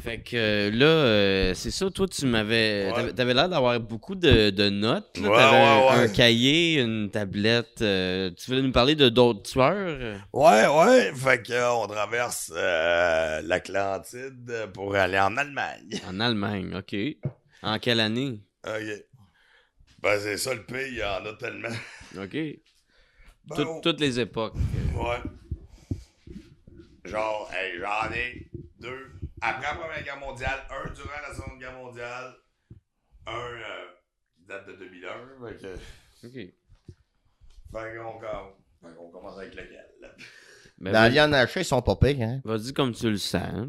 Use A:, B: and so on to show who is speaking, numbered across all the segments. A: Fait que euh, là, euh, c'est ça, toi, tu m'avais.
B: Ouais.
A: t'avais- T'avais l'air d'avoir beaucoup de, de notes. là.
B: Ouais,
A: T'avais un-
B: ouais, ouais.
A: un cahier, une tablette. euh, tu voulais nous parler de d'autres tueurs?
B: Ouais, ouais. Fait que, euh, on traverse euh, l'Atlantide euh, pour aller en Allemagne.
A: En Allemagne, OK. En quelle année?
B: OK. Ben, c'est ça le pays, il y en a tellement.
A: OK.
B: Ben,
A: Tout-
B: on-
A: Toutes les époques.
B: Ouais. Genre, hey, j'en ai deux. Après la Première Guerre mondiale, un durant la Seconde Guerre mondiale, un euh, qui date de 2001. Fait que-
A: OK. Ben,
B: fait qu'on com- fait qu'on commence avec lequel. là.
A: Ben,
C: Dans
A: vas-
C: Lyon Haché, ils sont pas pires, hein?
A: Vas-y comme tu le sens.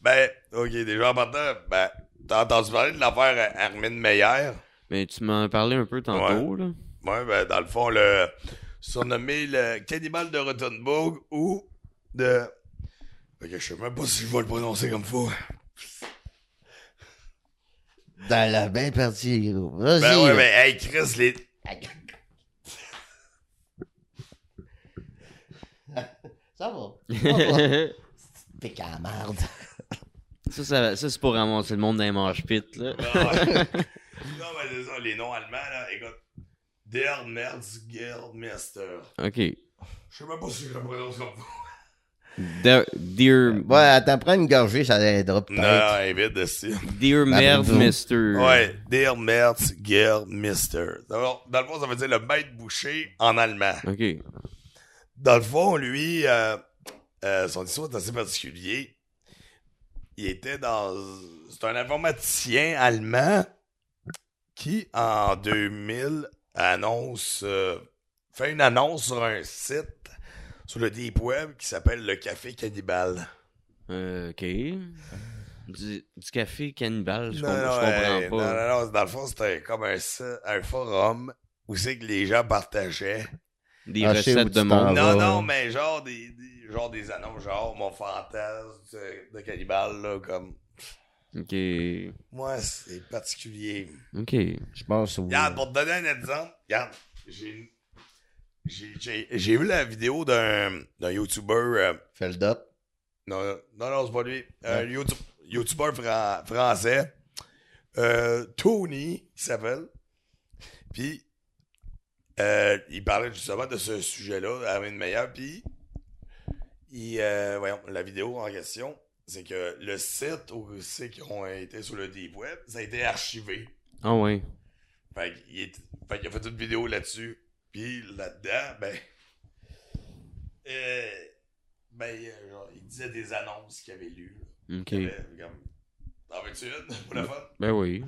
B: Ben, OK, déjà en partant, ben, t'as entendu parler de l'affaire euh, Hermine Meyer?
A: Mais tu m'en parlais un peu tantôt, là.
B: Ouais, ben, dans le fond, le surnommé le cannibale de Rottenburg ou de. Ok, je sais même pas si je vais le prononcer comme faut.
C: Dans la bien partie, les gros. Vas-y.
B: Ben ouais,
C: là.
B: mais hey, Chris, les.
C: Ça va.
B: Ah,
C: Ça va. T'es qu'à la merde.
A: ça, ça, ça, c'est pour ramasser le monde dans les manches pit, là.
B: non, mais c'est ça, les noms allemands, là, écoute. Der Merzgermeister.
A: OK.
B: Je sais même pas si je le prononce comme faut.
A: De- dear,
C: Ouais, attends, prends une gorgée, ça aidera
B: Non,
C: peut-être.
B: non, évite de ça.
A: dear merde,
C: Abonnez-vous.
A: mister.
B: Ouais, Der Merzgermeister. D'abord, Dans le fond, ça veut dire le maître boucher en allemand.
A: OK.
B: Dans le fond, lui, euh, euh, son histoire est assez particulière. Il était dans. C'est un informaticien allemand qui, en 2000, annonce. euh, fait une annonce sur un site sur le Deep Web qui s'appelle le Café Cannibale.
A: Euh, OK. Du, du café cannibale, je,
B: Non, euh,
A: com- je
B: non, hey,
A: comprends pas.
B: non, non, non, dans le fond, c'était comme un, site- un forum où c'est que les gens partageaient.
A: Des
C: Ah, je sais où
A: recettes de
C: tu
A: monde.
C: t'en
B: Non,
C: vas. ouais.
B: non, mais genre des, des- genre des annonces, genre mon fantasme de- de cannibale, là, comme.
A: OK.
B: Moi, c'est particulier.
A: OK.
C: Je pense oui.
B: Regarde, pour te donner un exemple, regarde, j'ai. J'ai, j'ai, j'ai vu la vidéo d'un, d'un YouTuber. euh,
C: Fais le dop.
B: non, non, non, c'est pas lui. Un YouTube- YouTuber fran- français. euh, Tony, il s'appelle. Puis, euh, il parlait justement de ce sujet-là, Armin Meyer. Puis, il, euh, voyons, la vidéo en question, c'est que le site où c'est qu'ils ont été sur le Deep Web, ça a été archivé.
A: Ah ouais.
B: Fait qu'il est- fait qu'il a fait une vidéo là-dessus. Puis là-dedans, ben. euh, ben, euh, genre, il disait des annonces qu'il avait lues.
A: OK.
B: Qu'il avait, comme, T'en veux-tu une pour la fun?
A: Ben oui.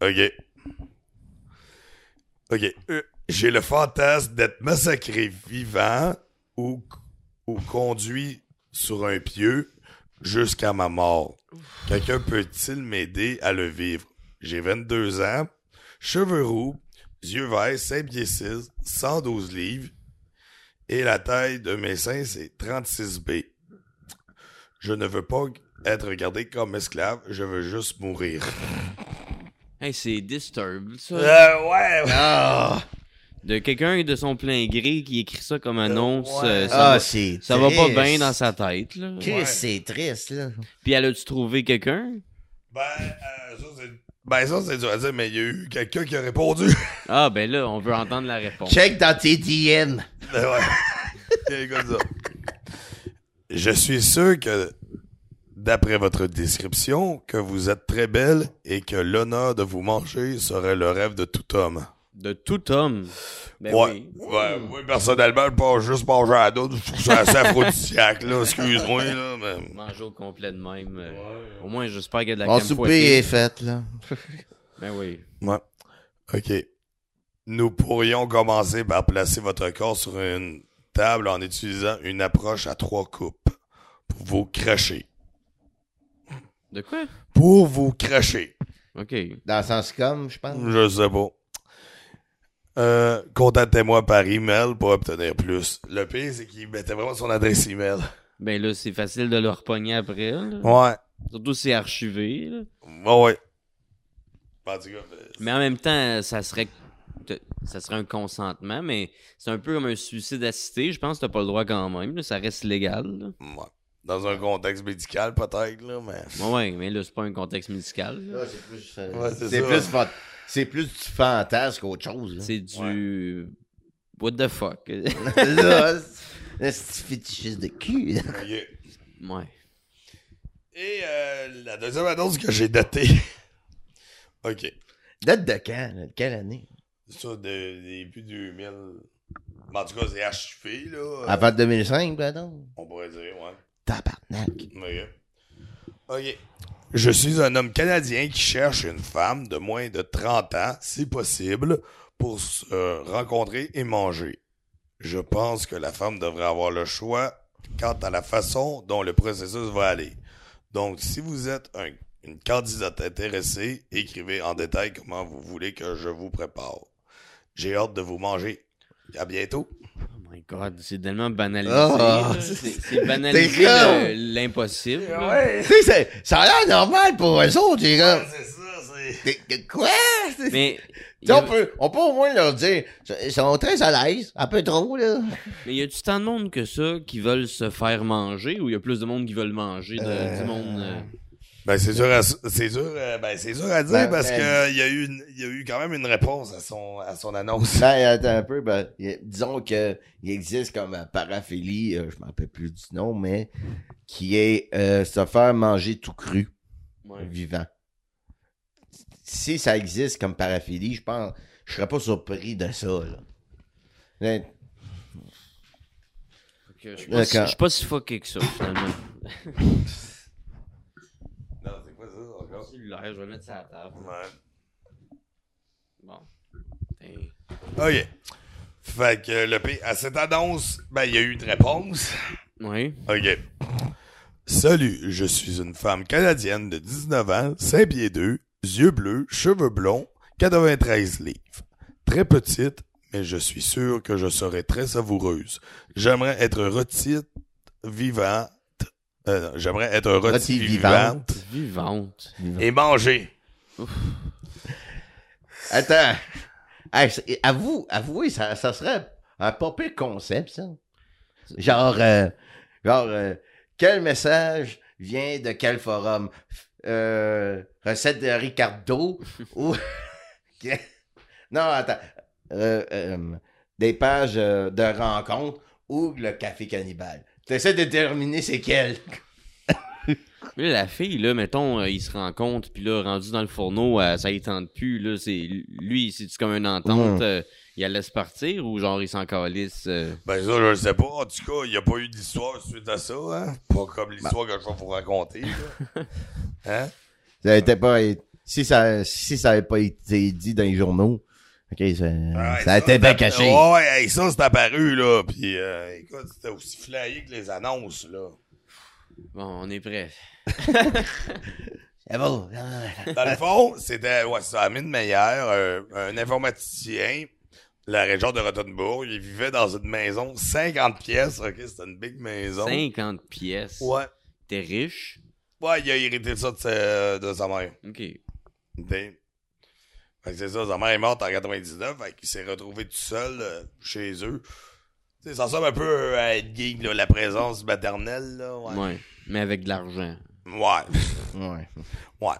B: Ok. Ok. Euh, J'ai le fantasme d'être massacré vivant ou, ou conduit sur un pieu jusqu'à ma mort. Quelqu'un peut-il m'aider à le vivre? J'ai 22 ans, cheveux roux, yeux verts, 5 pieds 6, 112 livres et la taille de mes seins, c'est 36B. Je ne veux pas être gardé comme esclave, je veux juste mourir.
A: Hey, c'est disturb, ça.
B: Euh, ouais, ouais.
A: Ah. De quelqu'un de son plein gré qui écrit ça comme annonce,
B: ouais.
A: euh, ça,
C: Ah,
A: va,
C: c'est
A: ça va pas
C: triste.
A: bien dans sa tête, là.
C: Chris,
B: Ouais.
C: c'est triste, là.
A: Puis elle a-tu trouvé quelqu'un?
B: Ben, euh, ça, c'est. Ben, ça, c'est dur à dire, mais il y a eu quelqu'un qui a répondu.
A: Ah, ben là, on veut entendre la réponse.
C: Check dans tes DM.
B: Ben ouais. Quelqu'un comme ça. Je suis sûr que, d'après votre description, que vous êtes très belle et que l'honneur de vous manger serait le rêve de tout homme.
A: De tout homme. Ben
B: ouais.
A: oui.
B: Ouais, moi, personnellement, pas juste manger à la douce, je trouve ça assez aphrodisiaque, là. Excuse-moi, là. Mais...
A: Manger au complet de même. euh, Au moins, j'espère qu'il y a de la
C: Mon
A: crème
C: souper
A: fouettée.
C: est fait, là.
A: Ben oui.
B: Ouais. OK. Nous pourrions commencer par placer votre corps sur une table en utilisant une approche à trois coupes pour vous cracher.
A: De quoi?
B: Pour vous cracher.
A: OK.
C: Dans le sens comme, je pense.
B: Je sais pas. Euh, contactez-moi par email pour obtenir plus. Le pire, c'est qu'il mettait vraiment son adresse email.
A: Ben là, c'est facile de le repogner après. là.
B: Ouais.
A: Surtout si c'est archivé. là.
B: Ouais, ouais. En tout cas, euh,
A: Mais en même temps, ça serait ça serait un consentement, mais c'est un peu comme un suicide assisté. Je pense que t'as pas le droit quand même. là. Ça reste légal. là.
B: Ouais. Dans un contexte médical, peut-être, là, mais.
A: Ouais, ouais, mais là, c'est pas un contexte musical. là.
C: Là, c'est plus. euh,
B: Ouais, c'est
C: c'est
B: ça.
C: plus fan- C'est plus du fantasme qu'autre chose. là.
A: C'est du. What the fuck? ouais.
C: là, c'est un petit fétichiste de cul. là.
B: Ok. Et euh, la deuxième annonce que j'ai datée. OK.
C: Date de quand? là? De quelle année?
B: C'est ça, de, début 2000. Mais en tout cas, c'est achevé, là.
C: Avant 2005, là, donc.
B: On pourrait dire, ouais.
C: Tabarnak.
B: OK. OK. Je suis un homme canadien qui cherche une femme de moins de 30 ans, si possible, pour se euh, rencontrer et manger. Je pense que la femme devrait avoir le choix quant à la façon dont le processus va aller. Donc, si vous êtes un- une candidate intéressée, écrivez en détail comment vous voulez que je vous prépare. J'ai hâte de vous manger. À bientôt.
A: Oh my god, c'est tellement banalisé.
C: Ah,
A: là. c'est
C: c'est-
A: c'est banalisé
C: con.
A: le- l'impossible. là.
C: Tu sais, c'est- ça a l'air normal pour eux autres, les gars.
B: c'est ça, c'est...
C: T'es- que- Quoi? C'est-
A: Mais.
C: Tu sais, on, peut, on peut au moins leur dire, ils sont très à l'aise, un peu trop, là.
A: Mais y a-tu tant de monde que ça qui veulent se faire manger ou y a plus de monde qui veulent manger de- du monde? euh?
B: Ben, c'est dur à, c'est dur, euh, ben, c'est dur à dire
C: Ben,
B: parce
C: ben-
B: que il y a eu une- il y a eu quand même une réponse à son, à son annonce.
C: Ben, attends un peu, ben, y- disons que il existe comme euh, paraphilie, euh, je m'en rappelle plus du nom, mais qui est euh, se faire manger tout cru, vivant. Si ça existe comme paraphilie, je pense, je serais pas surpris de ça, là. Mais,
A: Fait que Je suis pas si-
C: D'accord.
A: je suis pas si fucké que ça, finalement.
B: Non, c'est quoi ça encore?
A: Cellulaire, je vais le mettre ça à la table.
B: Ouais.
A: Bon. Hey.
B: Ok. Fait que le P, à cette annonce, ben, il y a eu une réponse.
A: Oui.
B: OK. Salut, je suis une femme canadienne de 19 ans, 5 pieds 2, yeux bleus, cheveux blonds, 93 livres. Très petite, mais je suis sûre que je serai très savoureuse. J'aimerais être rôtie vivante. euh, non, J'aimerais être rôtie
C: Rôtie vivante.
B: vivante
A: Vivante.
B: et manger.
C: attends, Hey, c'est- avoue, avouez, ça, ça serait un pas pire concept, ça. Genre, euh, genre, euh, quel message vient de quel forum? Euh, recette de Ricardo ou... non, attends. Euh, euh, des pages euh, de rencontres ou le café cannibale. T'essaies de déterminer c'est quel.
A: Là, la fille, là, mettons, euh, il se rend compte, puis là, rendu dans le fourneau, euh, ça y tente plus, là, c'est... Lui, c'est-tu comme une entente,
C: Mm.
A: euh, il la laisse partir, ou genre, il s'en calisse? euh?
B: Ben ça, je le sais pas. En tout cas, il n'y a pas eu d'histoire suite à ça, hein? Pas comme l'histoire que je vais vous raconter. là. hein?
C: Ça était pas. Si ça, si ça avait pas été dit dans les journaux, ok, ça,
B: Ouais,
C: ça a été
B: c'est
C: bien
B: app-
C: caché.
B: Ouais, ouais, hey, ça, c'est apparu, là. Puis, euh, écoute, c'était aussi flyé que les annonces, là.
A: Bon, on est prêt.
C: C'est Ah bon.
B: Dans le fond, c'était, ouais, c'est Amine Meyer, euh, un informaticien, la région de Rotenbourg. Il vivait dans une maison, 50 pièces, OK? C'était une big maison.
A: 50 pièces.
B: Ouais.
A: T'es riche?
B: Ouais, il a hérité ça de sa, de sa mère.
A: OK.
B: OK? Fait que c'est ça, sa mère est morte en 99, fait qu'il s'est retrouvé tout seul euh, chez eux. Tu sais, ça ressemble un peu à être gig, là, la présence maternelle, là.
A: Ouais.
B: Ouais.
A: Mais avec de l'argent.
B: ouais.
C: Ouais.
B: Ouais.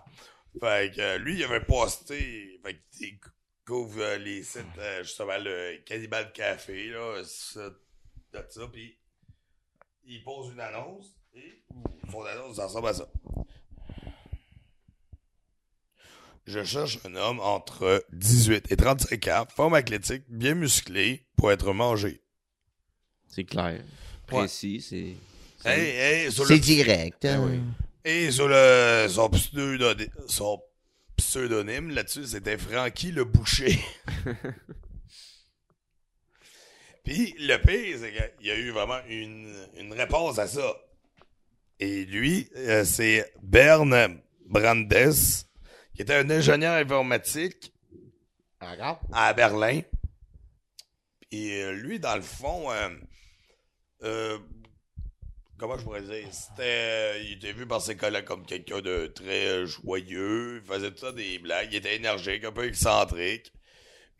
B: Fait que euh, lui, il avait posté. Fait que tu couvres euh, les sites, euh, justement, le Cannibal Café, là, ça, de ça, puis il pose une annonce, et son annonce, ça ressemble à ça. Je cherche un homme entre 18 et 35 ans, forme athlétique, bien musclé, pour être mangé.
A: C'est clair. Précis, c'est... c'est-
B: Hey, hey, sur le
C: C'est direct. hein.
A: oui.
B: Et sur le, son, pseudonyme, son pseudonyme là-dessus, c'était Frankie le Boucher. Puis le pire, c'est qu'il y a eu vraiment une, une réponse à ça. Et lui, euh, c'est Bern Brandes, qui était un ingénieur informatique
C: Encore?
B: à Berlin. Et euh, lui, dans le fond, euh, euh, comment je pourrais dire, c'était, euh, il était vu par ses collègues comme quelqu'un de très euh, joyeux. Il faisait tout ça des blagues. Il était énergique, un peu excentrique.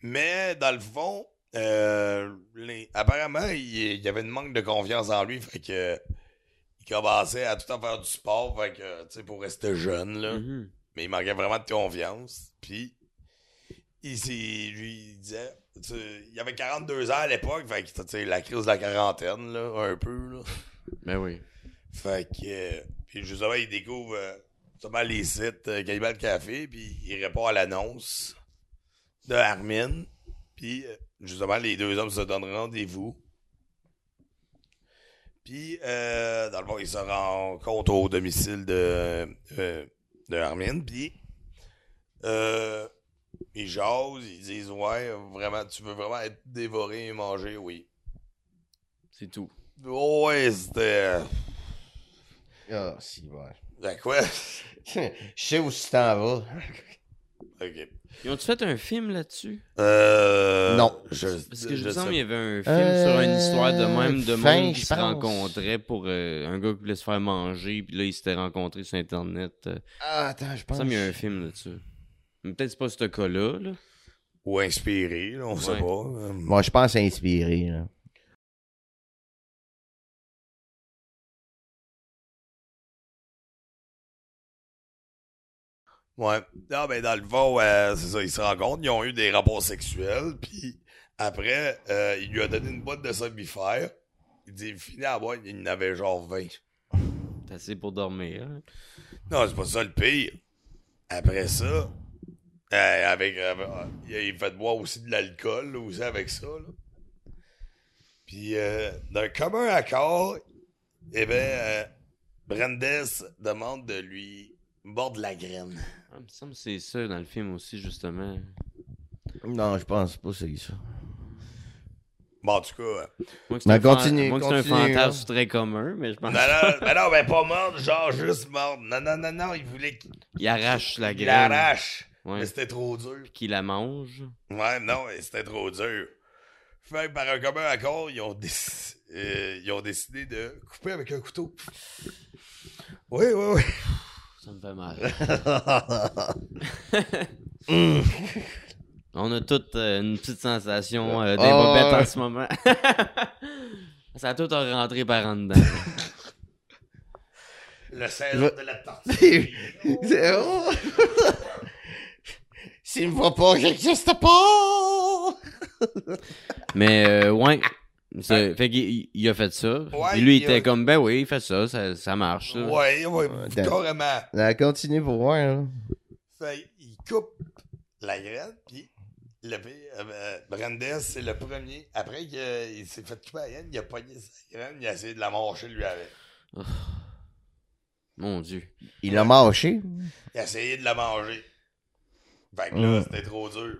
B: Mais dans le fond, euh, les- apparemment, il, il y avait une manque de confiance en lui. Fait que il commençait à tout en faire du sport, fait que, tu sais, pour rester jeune, là.
A: Mhm.
B: Mais il manquait vraiment de confiance. Puis, il, s'est- lui, il disait. tu sais, il avait 42 ans à l'époque, fait que, tu sais, la crise de la quarantaine, là, un peu, là.
A: Ben oui.
B: Fait que. euh, puis, justement, il découvre euh, justement les sites euh, Cannibal Café, puis il répond à l'annonce de Armin. Puis, euh, justement, les deux hommes se donnent rendez-vous. Puis, euh, dans le fond, ils se rencontrent au domicile de, euh, de Armin. Puis, euh, ils jasent, ils disent Ouais, vraiment, tu veux vraiment être dévoré et mangé Oui.
A: C'est tout.
B: Ouais, c'était. euh,
C: Ah, si, ouais.
B: Ben quoi
C: Je sais où tu t'en vas.
B: Ok.
A: Ils ont-tu fait un film là-dessus?
B: Euh,
C: Non.
B: Je,
A: Parce que je,
B: je
A: me semble
B: sais-
A: qu'il y avait un film
C: Euh,
A: sur une histoire de même de
C: fin,
A: monde qui
C: je
A: se
C: pense.
A: rencontrait pour euh, un gars qui voulait se faire manger, puis là, ils s'étaient rencontrés sur Internet. euh.
C: Ah, attends, je
A: Il me
C: pense.
A: semble qu'il y a un film là-dessus. Mais peut-être que c'est pas ce cas-là. là.
B: Ou inspiré, là, on sait
A: Ouais.
B: pas. Euh,
C: Moi, je pense hein. inspiré, là.
B: Ouais. Non, mais dans le fond, euh, c'est ça, ils se rencontrent, ils ont eu des rapports sexuels, puis après, euh, il lui a donné une boîte de somnifères. Il dit, fini à boire, il en avait genre 20.
A: T'as assez pour dormir. hein.
B: Non, c'est pas ça le pire. Après ça, euh, avec, avec- il a- il fait boire aussi de l'alcool, là, aussi avec ça. là. Puis, euh, d'un commun accord, eh bien, Brandes demande de lui mordre la graine.
A: Ah, il me semble que c'est ça dans le film aussi, justement.
C: Non, je pense pas, c'est ça.
B: Bon, en tout cas, euh,
A: Moi, que
C: Ben,
A: c'est un fan-
C: continue,
A: moi, que c'est un
C: continue, hein.
A: fantasme très commun, mais je pense
B: non, non, mais non, mais pas mordre, genre juste mordre. Non, non, non, non, il voulait qu'il
A: qu'il arrache la
B: qu'il
A: graine.
B: l'arrache.
A: Ouais.
B: Mais c'était trop dur.
A: Qu'il la mange.
B: Ouais, non, mais c'était trop dur. Fait que par un commun accord, ils ont, déc- euh, ils ont décidé de couper avec un couteau. Oui, oui, oui.
A: Ça me fait mal. On a toutes euh, une petite sensation euh, des
C: Ah,
A: bobettes
C: ouais.
A: en ce moment. Ça a tout rentré par en dedans.
B: Le sel
C: Je-
B: de la
C: C'est-
B: tortue.
C: C'est- oh! S'il me voit pas, j'existe pas!
A: Mais euh, ouais. C'est- Fait qu'il il- il a fait ça.
B: Ouais,
A: Et lui, il
B: il
A: était
B: a-
A: comme, ben oui, il fait ça, ça, ça marche. ça.
B: Ouais, ouais,
C: damn.
B: carrément.
C: Là, Ben, continue pour voir, hein. là.
B: Fait il coupe la graine, puis le pire, euh, Brandes, c'est le premier. Après qu'il s'est fait couper la graine, il a pogné sa graine, il a essayé de la manger lui avec.
A: Mon Dieu.
C: Il a mâché.
B: Il a essayé de la manger. Fait que là,
C: Mm.
B: c'était trop dur.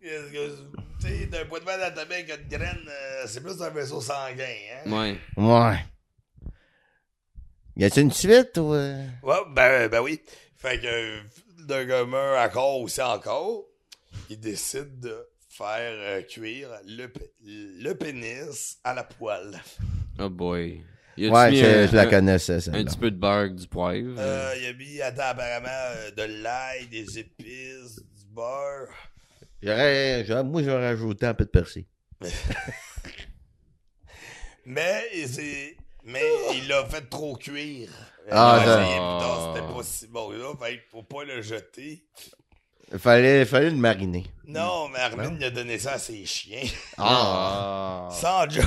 B: Qu'est-ce que- Tu sais, d'un point de vue anatomique, une graine, euh, c'est plus un vaisseau sanguin, hein?
A: Ouais.
C: Ouais. Y a-t-il une suite ou. euh?
B: Ouais, ben, ben oui. Fait que euh, d'un commun accord aussi encore, il décide de faire euh, cuire le, p- le pénis à la poêle.
A: Oh boy. Y a-tu
C: Ouais,
A: mis
C: je,
A: un-
C: je la
A: un-
C: connaissais,
A: Un
C: celle-là.
A: petit peu de beurre, du poivre.
B: Euh, il a mis, attends, apparemment, euh, de l'ail, des épices, du beurre.
C: J'aurais- j'aurais- Moi, j'aurais ajouté un peu de persil.
B: Mais, il s'est- mais il l'a fait trop cuire.
C: Ah,
B: Il a
C: ça-
B: essayé plus tard, c'était pas si bon que ça. Fait que faut pas le jeter.
C: Fallait, fallait le mariner.
B: Non, mais Armin, il a donné ça à ses chiens.
C: Ah!
B: Sans Joe.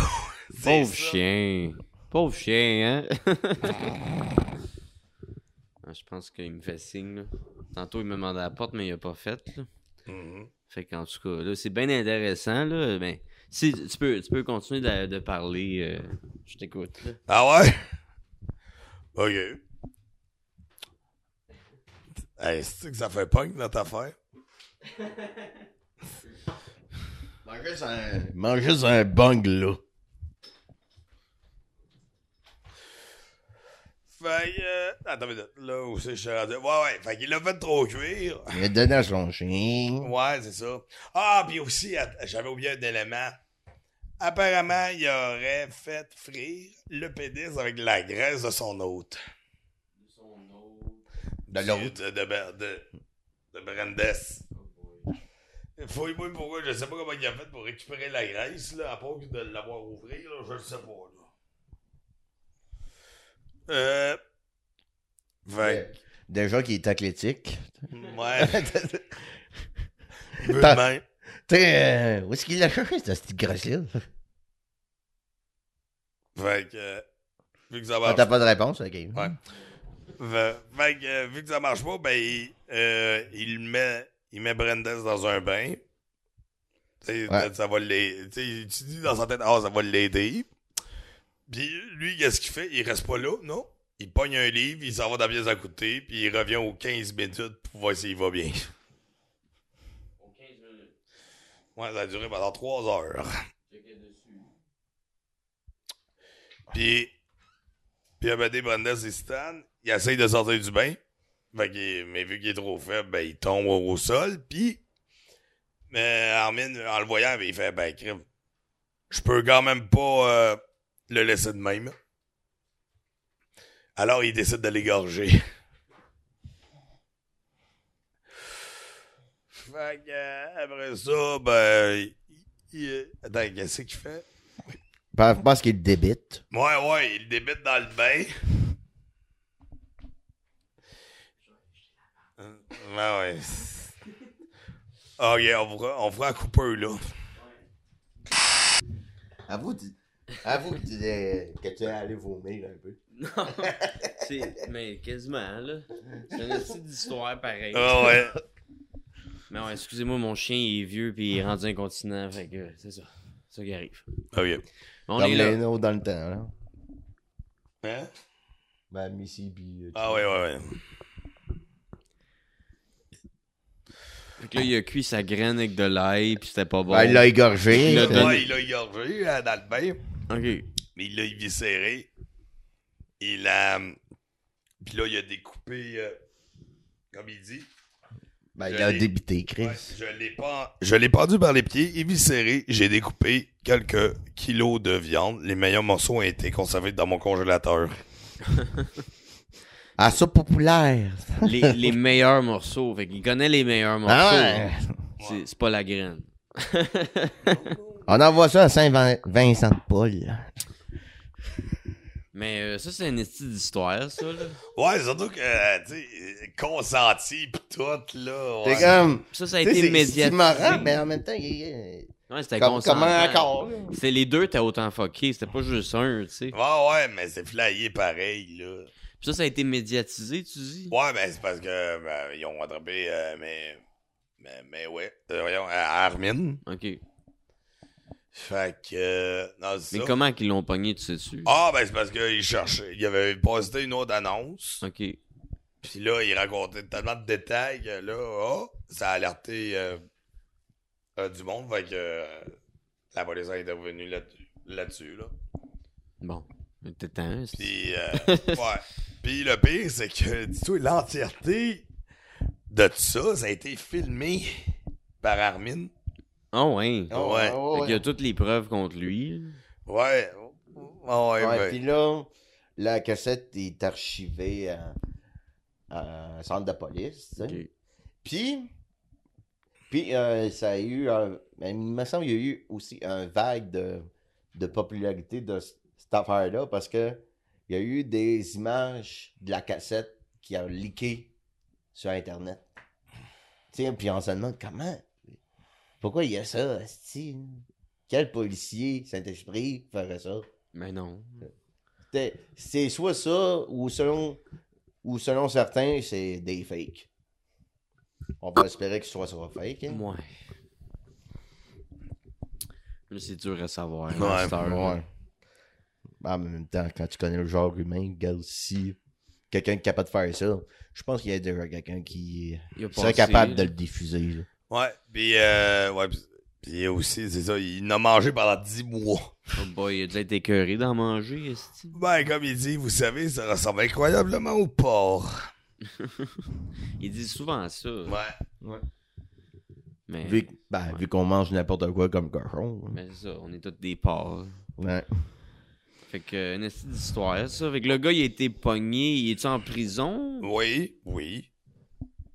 B: c'est
A: Pauvre
B: ça.
A: chien. Pauvre chien, hein? Ah, Je pense qu'il me fait signe. là. Tantôt, il me demandait à la porte, mais il a pas fait. Là.
B: Mhm.
A: Fait qu'en tout cas, là, c'est bien intéressant. Là, mais si tu peux, tu peux continuer de, de parler. euh, je t'écoute. là.
B: Ah ouais? Ok. Hey, c'est-tu que ça fait punk notre affaire?
C: Mange juste un, mange juste un bung, là.
B: Fait que, euh, attends une minute, là où c'est que je suis rendu? Ouais, ouais, fait qu'il l'a fait trop cuire.
C: Il a donné à son chien.
B: Ouais, c'est ça. Ah, puis aussi, att- j'avais oublié un élément. Apparemment, il aurait fait frire le pénis avec la graisse de son hôte.
C: De l'autre.
B: De, de, de, de Brandes. Fouille-moi pourquoi, je sais pas comment il a fait pour récupérer la graisse, là, à part que de l'avoir ouvri, là, je le sais pas, là. Euh. Fait
C: Déjà qu'il est athlétique.
B: que, Ouais.
C: tu
B: peu de
C: T'as-
B: même.
C: sais, euh, où est-ce qu'il l'a cherché, cette petite grosse-là?
B: Fait que. euh, Vu que ça
C: Ah,
B: marche
C: T'as pas de réponse, ok.
B: Ouais. Fait- fait que, euh, vu que ça marche pas, ben, il, euh, il met, il met Brandes dans un bain. Tu sais,
C: Ouais.
B: Ça va l'aider. Tu sais, il se dit dans sa tête, ah, ça va l'aider. Puis lui, qu'est-ce qu'il fait? Il reste pas là, non? Il pogne un livre, il s'en va dans la pièce à côté, puis il revient aux 15 minutes pour voir s'il va bien. Ouais, ça a duré pendant 3 heures. Puis, puis à BD Brandes et Stan, il essaye de sortir du bain. Fait qu'il- mais vu qu'il est trop faible, ben, il tombe au, au sol. Puis, mais Armin, en le voyant, ben, il fait Ben, crime, je peux quand même pas euh, le laisser de même. Alors, il décide de l'égorger. Fait que, euh, après ça, ben. il- il- attends, qu'est-ce qu'il fait?
C: Je pense qu'il le débite.
B: Ouais, ouais, il débite dans le bain. Euh,
A: Ah,
B: Ouais, ouais. Ok, Ah, on fera, on fera un coupeur, là.
C: Avoue, tu- avoue que, tu es, que tu es allé vomir un peu.
A: Non, c'est- mais quasiment, là. C'est une petite histoire pareille.
B: Ah ouais.
A: Mais ouais, excusez-moi, mon chien il est vieux puis il est rendu incontinent, fait que c'est ça. C'est ça qui arrive.
B: Ok.
A: On
C: Comme
A: est là.
C: les nôtres dans le temps, là.
B: Hein?
C: Ben, Missy, puis... euh,
B: Ah ouais, ouais, ouais.
A: Fait que là, il a cuit sa graine avec de l'ail puis c'était pas bon.
C: ben, il l'a égorgé.
A: Il l'a
C: euh,
A: donné.
B: Ouais, il l'a égorgé euh, dans le bain.
A: Ok.
B: Mais il l'a éviscéré. Il a. Puis là, il a découpé. euh, comme il dit.
C: ben, il l'a débité, Chris.
B: Ouais, je l'ai pas. Je l'ai pendu par les pieds, éviscéré. J'ai découpé quelques kilos de viande. Les meilleurs morceaux ont été conservés dans mon congélateur.
C: Ah, ça, populaire.
A: Les, les meilleurs morceaux. Fait qu'il connaît les meilleurs morceaux.
C: Ah ouais.
A: C'est- C'est pas la graine.
C: On envoie ça à Saint-Vincent-de-Paul.
A: Mais euh, ça, c'est une petite histoire, ça, là.
B: Ouais, surtout que, euh, tu sais, consenti pis tout, là.
C: C'est
B: ouais.
C: comme...
A: Ça, ça a
C: tu sais,
A: été
C: C'est
A: médiatique.
C: c'est marrant, mais en même temps, il est...
A: Ouais, c'était
C: Comme,
A: consentant.
C: comment encore, là?
A: C'est les deux, t'as autant fucké. C'était pas juste un, tu sais.
B: Ouais, ouais, mais c'est flyé pareil, là.
A: Ça, ça a été médiatisé, tu dis?
B: Ouais, ben, c'est parce que, ben, ils ont attrapé, euh, mais. Mais, mais ouais. Euh, voyons, euh, Armin.
A: Ok. Mais
B: Fait que. euh, non, c'est ça.
A: comment qu'ils l'ont pogné, tu sais-tu?
B: Ah, ben, c'est parce qu'ils cherchaient. Ils avaient posté une autre annonce.
A: Ok.
B: Puis là, il racontait tellement de détails que là, oh, ça a alerté euh, euh, du monde. Fait que euh, la police est intervenue là- là-dessus. Là
A: Bon. T'es temps. hein, c'est-
B: Puis, euh, ouais. Puis le pire, c'est que dis-toi, l'entièreté de ça, ça a été filmé par Armin.
A: Ah ouais.
B: Ah ouais.
C: Oh
A: Fait qu'il y a toutes les preuves contre lui. là.
B: Ouais. Ouais, ouais, ben,
C: Ouais,
B: ouais.
C: puis là, la cassette est archivée à, à un centre de police. tu sais.
A: Ok.
C: Puis, puis euh, ça a eu un. mais Il me semble qu'il y a eu aussi un vague de, de popularité de c- cette affaire-là parce que il y a eu des images de la cassette qui a leaké sur Internet. Tiens, puis on se demande comment. Pourquoi il y a ça, asti? Quel policier Saint-Esprit ferait ça?
A: Mais non.
C: C'était- C'est soit ça, ou selon, ou selon certains, c'est des fakes. On va espérer que ce soit, soit fake. hein.
A: Ouais. Mais c'est dur à savoir.
B: Ouais,
A: à cette heure, là.
C: Ouais. Ben, en même temps, quand tu connais le genre humain, regarde si quelqu'un est capable de faire ça, je pense qu'il y a déjà quelqu'un qui
A: Il a passé,
C: serait capable
A: là.
C: de le diffuser. là.
B: Ouais. Puis, euh, ouais. Puis, puis aussi, c'est ça, il en a mangé pendant 10 mois.
A: Oh boy, il a dû être écœuré d'en manger, esti.
B: Ben, comme il dit, vous savez, ça ressemble incroyablement au porc.
A: Ils disent souvent ça.
B: Ouais.
A: Mais,
C: Vu, que- ben, vu qu'on mange n'importe quoi comme cochon. hein.
A: mais c'est ça, on est tous des porcs.
C: Ouais.
A: Fait que, euh, une esti d'histoire, ça. Fait que le gars, il a été pogné. Il est en prison?
B: Oui, oui.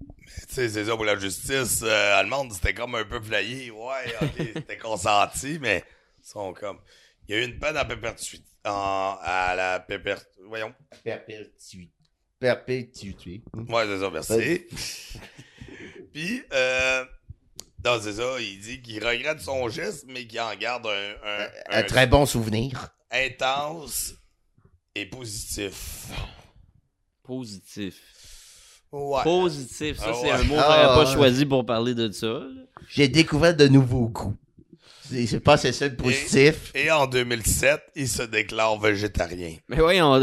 B: Mais tu sais, c'est ça pour la justice euh, allemande, c'était comme un peu flayé. Ouais, ok, c'était consenti, mais ils sont comme. Il y a eu une panne à perpétuité. en- à la perpétuité. Voyons.
C: Perpétuité. Perpétuité.
B: Ouais, c'est ça, merci. Puis, euh, non, c'est ça, il dit qu'il regrette son geste, mais qu'il en garde un, un-
C: Un
B: un
C: très bon souvenir.
B: intense et positif.
A: Positif.
B: Ouais.
A: Positif, ça
B: Ah
A: c'est
B: ouais.
A: un mot que
C: Ah
A: j'aurais pas
C: ouais.
A: choisi pour parler de ça. là.
C: J'ai découvert de nouveaux goûts. C'est c'est pas c'est ça le positif.
B: Et en 2007, il se déclare végétarien.
A: Mais voyons,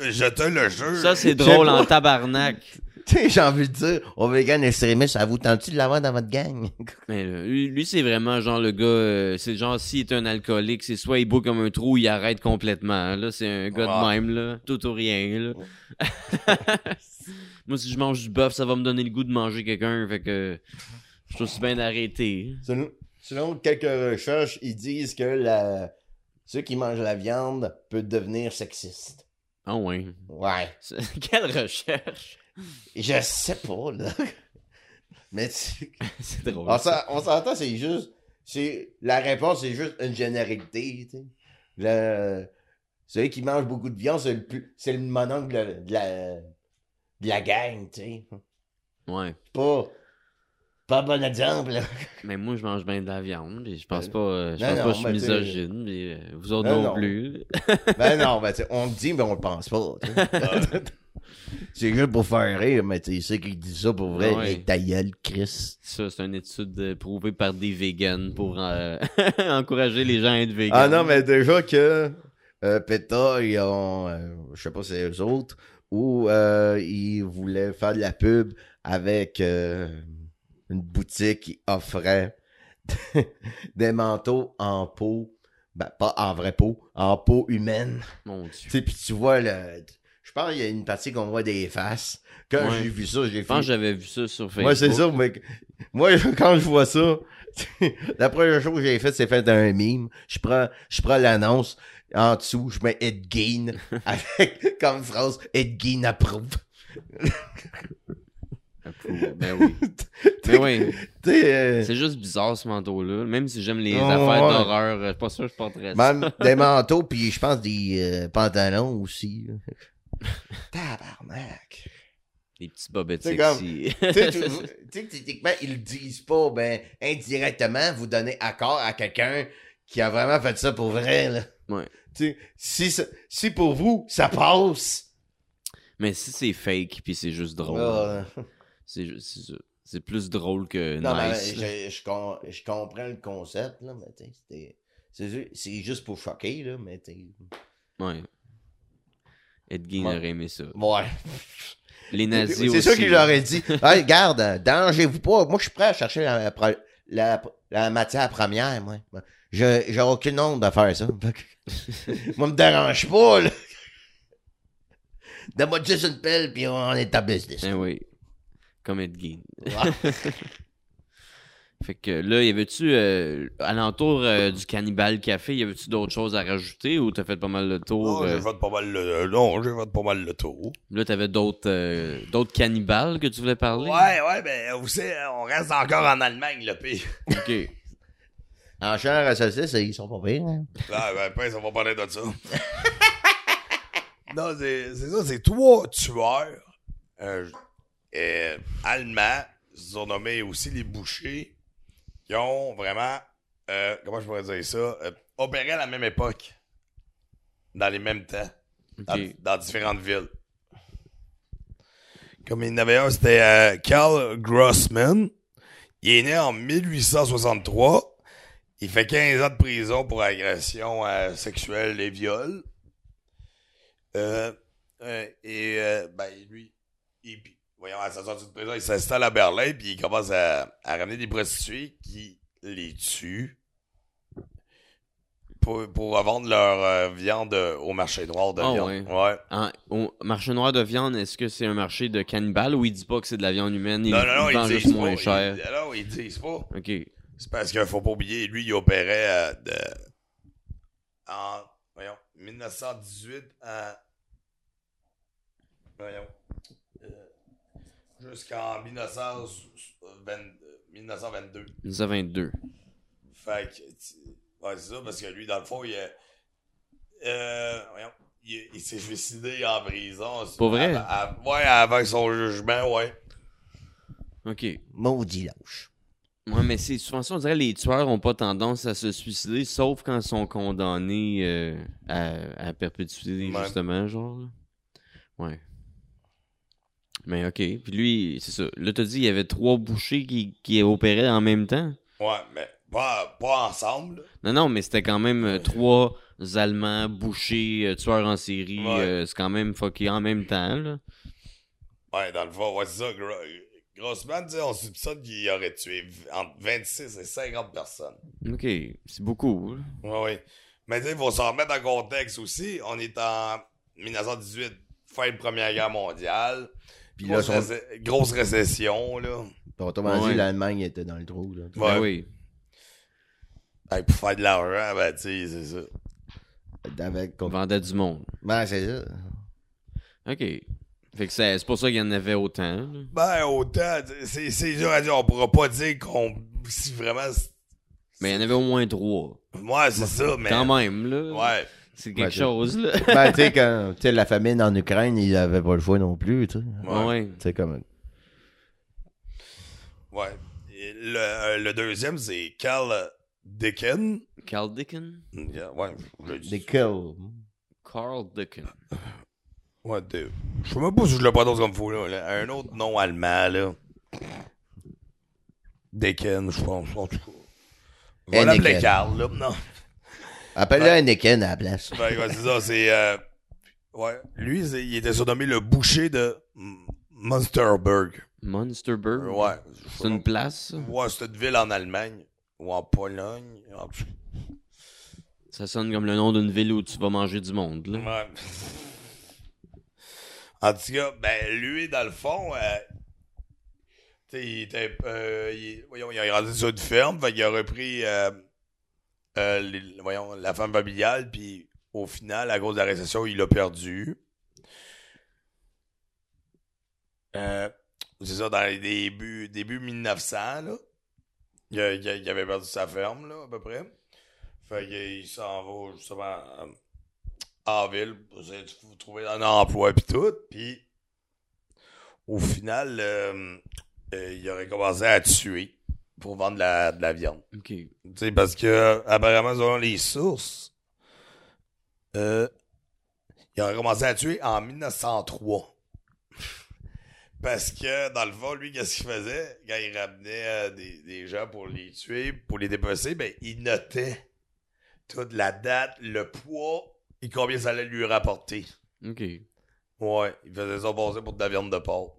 B: Je te le jure.
A: ça c'est
C: Je sais
A: drôle
C: pas.
A: en tabarnak.
C: Tu sais, J'ai envie de dire, au vegan extrémiste, ça vous tente-tu de l'avoir dans votre gang?
A: Mais là, lui, lui, c'est vraiment genre le gars, euh, c'est genre s'il est un alcoolique, c'est soit il boit comme un trou, il arrête complètement. hein. Là, c'est un gars de
C: Ah.
B: Ouais.
A: même là, tout ou rien là. Moi si je mange du bœuf, ça va me donner le goût de manger quelqu'un, fait que je suis aussi bien d'arrêter.
C: Selon, selon quelques recherches, ils disent que la- ceux qui mangent la viande peuvent devenir sexistes.
A: Ah ouais.
C: Ouais.
A: C'est- Quelle recherche.
C: Je sais pas, là. Mais tu-
A: c'est drôle.
C: on s'en- on s'entend, c'est juste. c'est- La réponse, c'est juste une généralité. tu sais. Le... Celui qui mange beaucoup de viande, c'est le, plus... c'est le mononcle de, de la... de la gang. tu sais.
A: Ouais.
C: Pas... pas bon exemple. là.
A: Mais moi, je mange bien de la viande. puis Je pense
C: Ben,
A: pas, euh, je
C: non,
A: pense pas
C: non,
A: que je suis
C: ben, t'sais-
A: misogyne. puis, euh, vous autres
C: Ben,
A: non,
C: non.
A: plus.
C: ben non, ben, tu sais, on le dit, mais on le pense pas. tu sais. C'est juste pour faire rire, mais tu sais, ceux qui disent ça pour vrai,
A: Ouais.
C: les ta gueule, Chris.
A: Ça, c'est une étude euh, prouvée par des vegans pour euh, encourager les gens à être vegan.
C: Ah non, mais déjà que euh, PETA, ils ont, euh, je sais pas si c'est eux autres, ou euh, ils voulaient faire de la pub avec euh, une boutique qui offrait des manteaux en peau, ben, pas en vraie peau, en peau humaine.
A: Mon Dieu.
C: Tu sais, puis tu vois, le, je pense qu'il y a une partie qu'on voit des faces. Quand
A: Ouais.
C: j'ai vu ça, j'ai
A: Je pense
C: fait...
A: que j'avais vu ça sur Facebook.
C: Moi, c'est ça, mais moi, quand je vois ça, la première chose que j'ai faite, c'est faire un mime. Je prends, je prends l'annonce en dessous, je mets Ed Gein avec comme phrase Ed Gein approuve.
A: Approuve. Ben oui. Mais oui.
C: Tu sais, euh,
A: C'est juste bizarre ce manteau-là. Même si j'aime les
C: Ouais,
A: affaires
C: ouais.
A: d'horreur, euh, pas sûr que je porterais ça.
C: même des manteaux, puis je pense des euh, pantalons aussi. là. Tabarnak.
A: Les petits bobettes
C: C'est
A: sexy.
C: Tu sais, tu tu sais, techniquement, ils le disent pas, ben, indirectement, vous donnez accord à quelqu'un qui a vraiment fait ça pour vrai, là.
A: Ouais.
C: Tu sais, si, ça- si pour vous, ça passe.
A: mais si c'est fake, puis c'est juste drôle.
C: là,
A: C'est ju- c'est ça. C'est plus drôle que
C: Ah non,
A: nice.
C: mais je, je, com- je comprends le concept, là, mais tu sais, c'était- c'est ju- c'est juste pour choquer, là, mais tu sais,
A: Ouais. Ed Gein
C: Ouais.
A: aurait aimé ça.
C: Ouais.
A: Les nazis aussi.
C: C'est ça qu'il leur a dit. Hey, regarde, hein, dérangez-vous pas. Moi, je suis prêt à chercher la, pro- la- la matière première, moi. Je- J'ai aucune honte de faire ça. Fait que- moi, me dérange pas, là. Donne-moi juste une pelle, puis on est à business.
A: Eh oui. Comme Ed Gein.
C: Ouais.
A: Fait que là, y avait-tu, euh, alentour euh, du Cannibal Café, y avait-tu d'autres choses à rajouter ou t'as fait pas mal le tour?
B: Oh, je
A: euh,
B: vote pas mal le, non, je vote pas mal le tour.
A: Là, t'avais d'autres euh, d'autres cannibales que tu voulais parler?
B: Ouais, ouais, ben, vous savez, on reste encore en Allemagne, le pire.
A: OK.
C: En chair à saucisse, ils sont pas pires. hein.
B: Ah, ben, après, on va parler de ça. non, c'est c'est ça, c'est trois tueurs euh, euh, allemands, ils sont nommés aussi les bouchers, qui ont vraiment, euh, comment je pourrais dire ça, euh, opéré à la même époque, dans les mêmes temps, dans,
A: OK.
B: dans différentes villes. Comme il y en avait un, c'était euh, Karl Grossman. Il est né en 1863. Il fait 15 ans de prison pour agression euh, sexuelle et viol. Euh, euh, et euh, ben, lui, il, puis, voyons, à sa sortie de prison, il s'installe à Berlin puis il commence à, à ramener des prostituées qui les tuent pour, pour vendre leur euh, viande au marché noir de
A: Ah
B: viande.
A: ouais.
B: Ouais.
A: En- au marché noir de viande, est-ce que c'est un marché de cannibales ou il dit pas que c'est de la viande humaine? Il,
B: Non, non, non,
A: il
B: ils
A: vend
B: disent
A: juste
B: pas.
A: moins cher.
B: Ils- non, ils disent pas.
A: OK.
B: C'est parce qu'il faut pas oublier, lui, il opérait euh, de- en voyons, 1918 à. Voyons. euh, Jusqu'en 1920 1922.
A: 1922.
B: Fait que, tu- Ouais, c'est ça, parce que lui, dans le fond, il est. Euh, voyons, il, il s'est suicidé en prison.
A: Pour vrai?
B: Av- av- ouais, avant son jugement, ouais.
A: OK.
C: Maudit lâche.
A: Ouais, mais c'est souvent ça, on dirait que les tueurs ont pas tendance à se suicider, sauf quand ils sont condamnés euh, à, à perpétuité,
B: Ouais.
A: justement, genre. là. Ouais. Mais OK. Puis lui, c'est ça. Là, t'as dit, il y avait trois bouchers qui, qui opéraient en même temps?
B: Ouais, mais pas, pas ensemble.
A: Non, non, mais c'était quand même euh, trois Allemands, bouchers, euh, tueurs en série.
B: Ouais.
A: euh, c'est quand même fucké en même temps, là.
B: Ouais, dans le fond, ouais, c'est ça. Gro- Grossman, tu sais, on soupçonne qu'il aurait tué v- entre 26 et 50 personnes.
A: OK. C'est beaucoup, là.
B: Ouais, ouais. Mais tu sais, il faut s'en remettre en contexte aussi. On est en 1918, fin de Première Guerre mondiale.
C: Puis là,
B: grosse,
C: son...
B: réce- grosse récession, là.
C: autrement
A: Ouais.
C: dit, l'Allemagne était dans le trou. Là.
B: Ouais.
A: Ben oui.
B: Hey, pour faire de l'argent, ben, tu sais, c'est ça.
C: Avec...
A: On vendait du monde.
C: Ouais, c'est ça.
A: OK. Fait que c'est c'est pour ça qu'il y en avait autant, là.
B: Ben, autant, tu sais, c'est c'est dur à dire. On pourra pas dire qu'on. Si vraiment. c'est-
A: Mais il y en avait au moins trois.
B: Ouais, c'est ça, mais.
A: Quand même, là.
B: Ben, Ouais.
A: C'est
C: Ouais,
A: quelque
C: c'est-
A: chose, là.
C: ben, tu sais, quand tu sais, la famine en Ukraine, ils avaient pas le choix non plus, tu sais.
A: Ouais.
C: Tu sais, comme.
B: Ouais. Et le, euh, le deuxième, c'est Carl Dickens.
A: Carl Dickens?
B: Yeah, Ouais, je vous l'ai dit.
C: Des kills.
A: Carl Dickens.
B: Ouais, de- Je sais même pas si je le prononce comme fou, là. là. Un autre nom allemand, là. Dickens, je pense, en tout cas.
C: Eh,
B: Voilà
C: Dickens.
B: les Carl, là. Non.
C: Appelle-le un Niken à la place.
B: Ben, ouais, c'est ça, c'est. euh, Ouais. Lui, c'est- il était surnommé le boucher de M- Munsterberg.
A: Monsterberg?
B: Ouais.
A: C'est une place, ça?
B: Ouais, c'est une ville en Allemagne ou en Pologne. En tout cas.
A: Ça sonne comme le nom d'une ville où tu vas manger du monde, là.
B: Ouais. En tout cas, ben, lui, dans le fond, euh, tu sais, il était. euh, il, voyons, il a grandi sur une ferme, fait qu'il a repris euh, euh, les- voyons, la femme familiale, puis au final, à cause de la récession, il l'a perdu. Euh, c'est ça, dans les débuts, début 1900, là, il, a- il a- il avait perdu sa ferme, là, à peu près. Fait qu'il s'en va justement. euh, en ville, vous allez vous trouver un emploi puis tout, puis au final, euh, euh, il aurait commencé à tuer pour vendre de la, de la viande.
A: OK.
B: Tu sais, parce que apparemment, selon les sources, euh, il aurait commencé à tuer en 1903. Parce que, dans le fond, lui, qu'est-ce qu'il faisait? Quand il ramenait euh, des, des gens pour les tuer, pour les dépecer, ben, il notait toute la date, le poids et combien ça allait lui rapporter.
A: OK.
B: Ouais, il faisait ça passer pour de la viande de porc.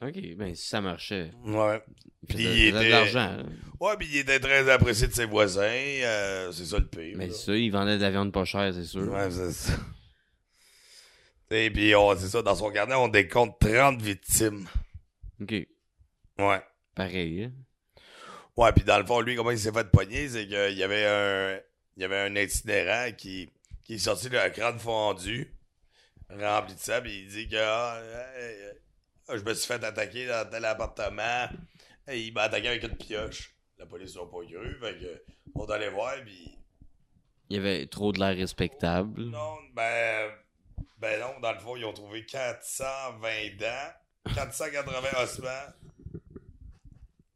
A: OK, ben si ça marchait.
B: Ouais.
A: Il
B: Puis
A: faisait-
B: il
A: il faisait
B: était-
A: de l'argent, là.
B: Ouais, puis il était très apprécié de ses voisins. euh, c'est ça le pire.
A: Mais
B: là.
A: ça, il vendait de la viande pas chère, c'est sûr.
B: Ouais, c'est ça. Et puis, on- c'est ça, dans son carnet, on décompte 30 victimes.
A: OK.
B: Ouais.
A: Pareil, hein?
B: Ouais, puis dans le fond, lui, comment il s'est fait pogner, c'est qu'il y avait un il y avait un itinérant qui, qui est sorti le crâne fondu, rempli de sable, il dit que ah, euh, euh, je me suis fait attaquer dans tel appartement, et il m'a attaqué avec une pioche. La police n'a pas cru, fait que on est allé voir, puis
A: Il y avait trop de l'air respectable.
B: Non, ben, ben non, dans le fond, ils ont trouvé 420 dents, 480 ossements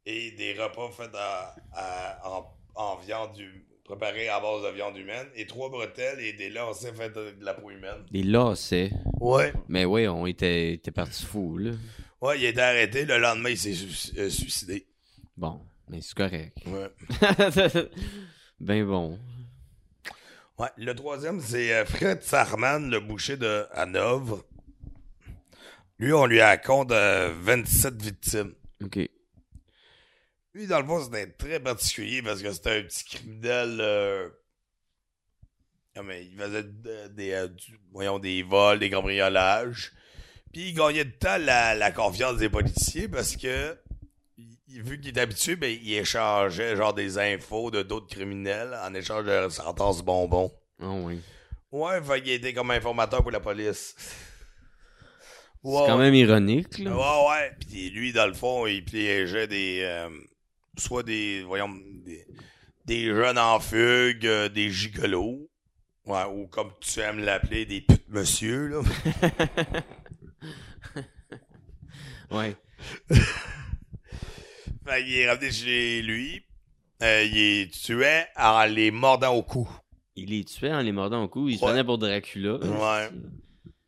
B: et des repas faits à- à- en, en viande hum- préparés à base de viande humaine et trois bretelles et des lancers faits de, de la peau humaine.
A: Des lacets.
B: Ouais.
A: Mais ouais, on était, était parti fou, là.
B: Ouais, il a été arrêté. Le lendemain, il s'est su- euh, suicidé.
A: Bon, mais c'est correct.
B: Ouais.
A: ben bon.
B: Ouais, le troisième, c'est euh, Fred Sarman, le boucher de Hanovre. Lui, on lui raconte euh, 27 victimes.
A: OK.
B: Lui, dans le fond, c'était très particulier parce que c'était un petit criminel. euh, ah, mais il faisait de- des, euh, du- voyons, des vols, des cambriolages. Puis il gagnait de temps la, la confiance des policiers parce que, il- il- vu qu'il est habitué, ben, il échangeait genre des infos de d'autres criminels en échange de sentences bonbons.
A: Ah oui.
B: Ouais, fait qu'il était comme informateur pour la police.
A: C'est quand même ironique, là.
B: Ah, Ouais, ouais. Puis lui, dans le fond, il piégeait des. euh, soit des. Voyons. Des, des jeunes en fugue, euh, des gigolos. Ouais, ou comme tu aimes l'appeler, des putes monsieur, là.
A: Ouais.
B: Fait qu'il Ben, est revenu chez lui. Euh, il les tuait en les mordant au cou.
A: Il les tuait en les mordant au cou. Il se
B: Ouais.
A: prenait pour Dracula.
B: Ouais.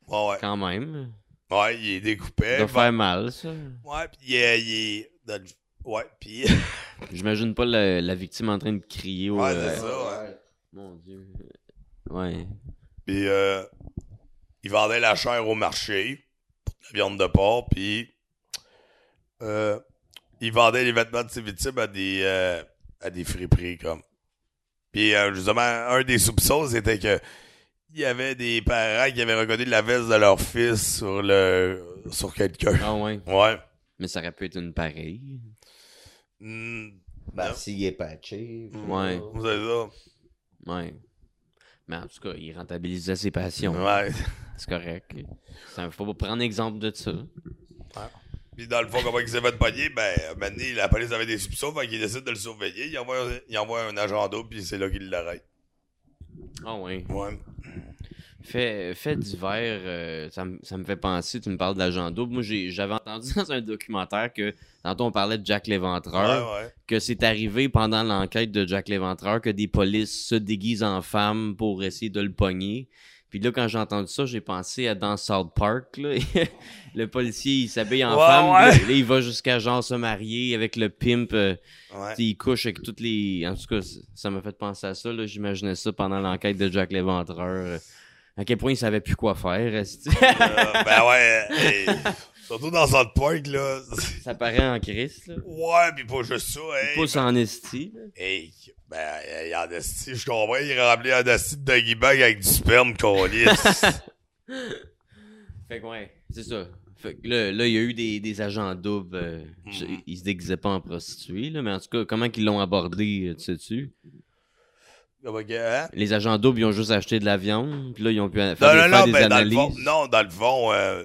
B: Ouais, ouais.
A: Quand même.
B: Ouais, il les découpait.
A: Ça doit faire mal, ça.
B: Ouais, puis euh, il est... dans le- Ouais, puis...
A: J'imagine pas la, la victime en train de crier au.
B: Ouais,
A: euh,
B: c'est ça.
A: Mon Dieu. Ouais.
B: Puis euh, il vendait la chair au marché, la viande de porc, puis euh, il vendait les vêtements de ses victimes à des, euh, à des friperies, comme. Puis euh, justement, un des soupçons, c'était que il y avait des parents qui avaient reconnu la veste de leur fils sur le sur quelqu'un.
A: Ah ouais.
B: Ouais.
A: Mais ça aurait pu être une pareille.
B: Mm,
C: Ben,
B: Non.
C: s'il est patché.
A: Ouais.
B: c'est ça.
A: Ouais. Mais en tout cas, il rentabilisait ses passions.
B: Ouais.
A: C'est correct. Ça, faut pas prendre exemple de ça.
B: Puis dans le fond, comment il s'est fait pogner, ben, maintenant, la police avait des soupçons, fait qu'il décide de le surveiller. Il envoie, il envoie un agent d'eau, puis c'est là qu'il l'arrête.
A: Ah ouais.
B: Ouais.
A: Fait, fait divers, euh, ça, me- ça me fait penser, tu me parles de l'agent double. Moi, j'ai- j'avais entendu dans un documentaire que, tantôt on parlait de Jack Léventreur,
B: Ouais, ouais.
A: que c'est arrivé pendant l'enquête de Jack Léventreur que des polices se déguisent en femmes pour essayer de le pogner. Puis là, quand j'ai entendu ça, j'ai pensé à dans South Park. là. le policier, il s'habille en
B: Ouais,
A: femme.
B: ouais.
A: puis Là, il va jusqu'à genre se marier avec le pimp. euh,
B: Ouais.
A: T'sais, Il couche avec toutes les. En tout cas, c- ça m'a fait penser à ça. là. J'imaginais ça pendant l'enquête de Jack Léventreur. euh, À quel point il savait plus quoi faire. esti.
B: Euh, ben ouais. hey. Surtout dans South Park, là.
A: ça paraît en crise. Là.
B: Ouais, pis pas juste ça, hey.
A: Pousse en esti. là.
B: Hey, ben, hey, en esti, je comprends, il est rempli en esti de Doggy Bag avec du sperme, qu'on
A: Fait que ouais, c'est ça. Fait que là, là, il y a eu des, des agents doubles. euh, je-
B: Mhm.
A: Ils se déguisaient pas en prostituées, là, mais en tout cas, comment qu'ils l'ont abordé, euh, tu sais-tu?
B: hein?
A: Les agents doubles, ils ont juste acheté de la viande, puis là, ils ont pu a- faire,
B: Non, non,
A: des- faire des
B: non, ben, dans le
A: analyses.
B: fond, non, dans le fond, euh,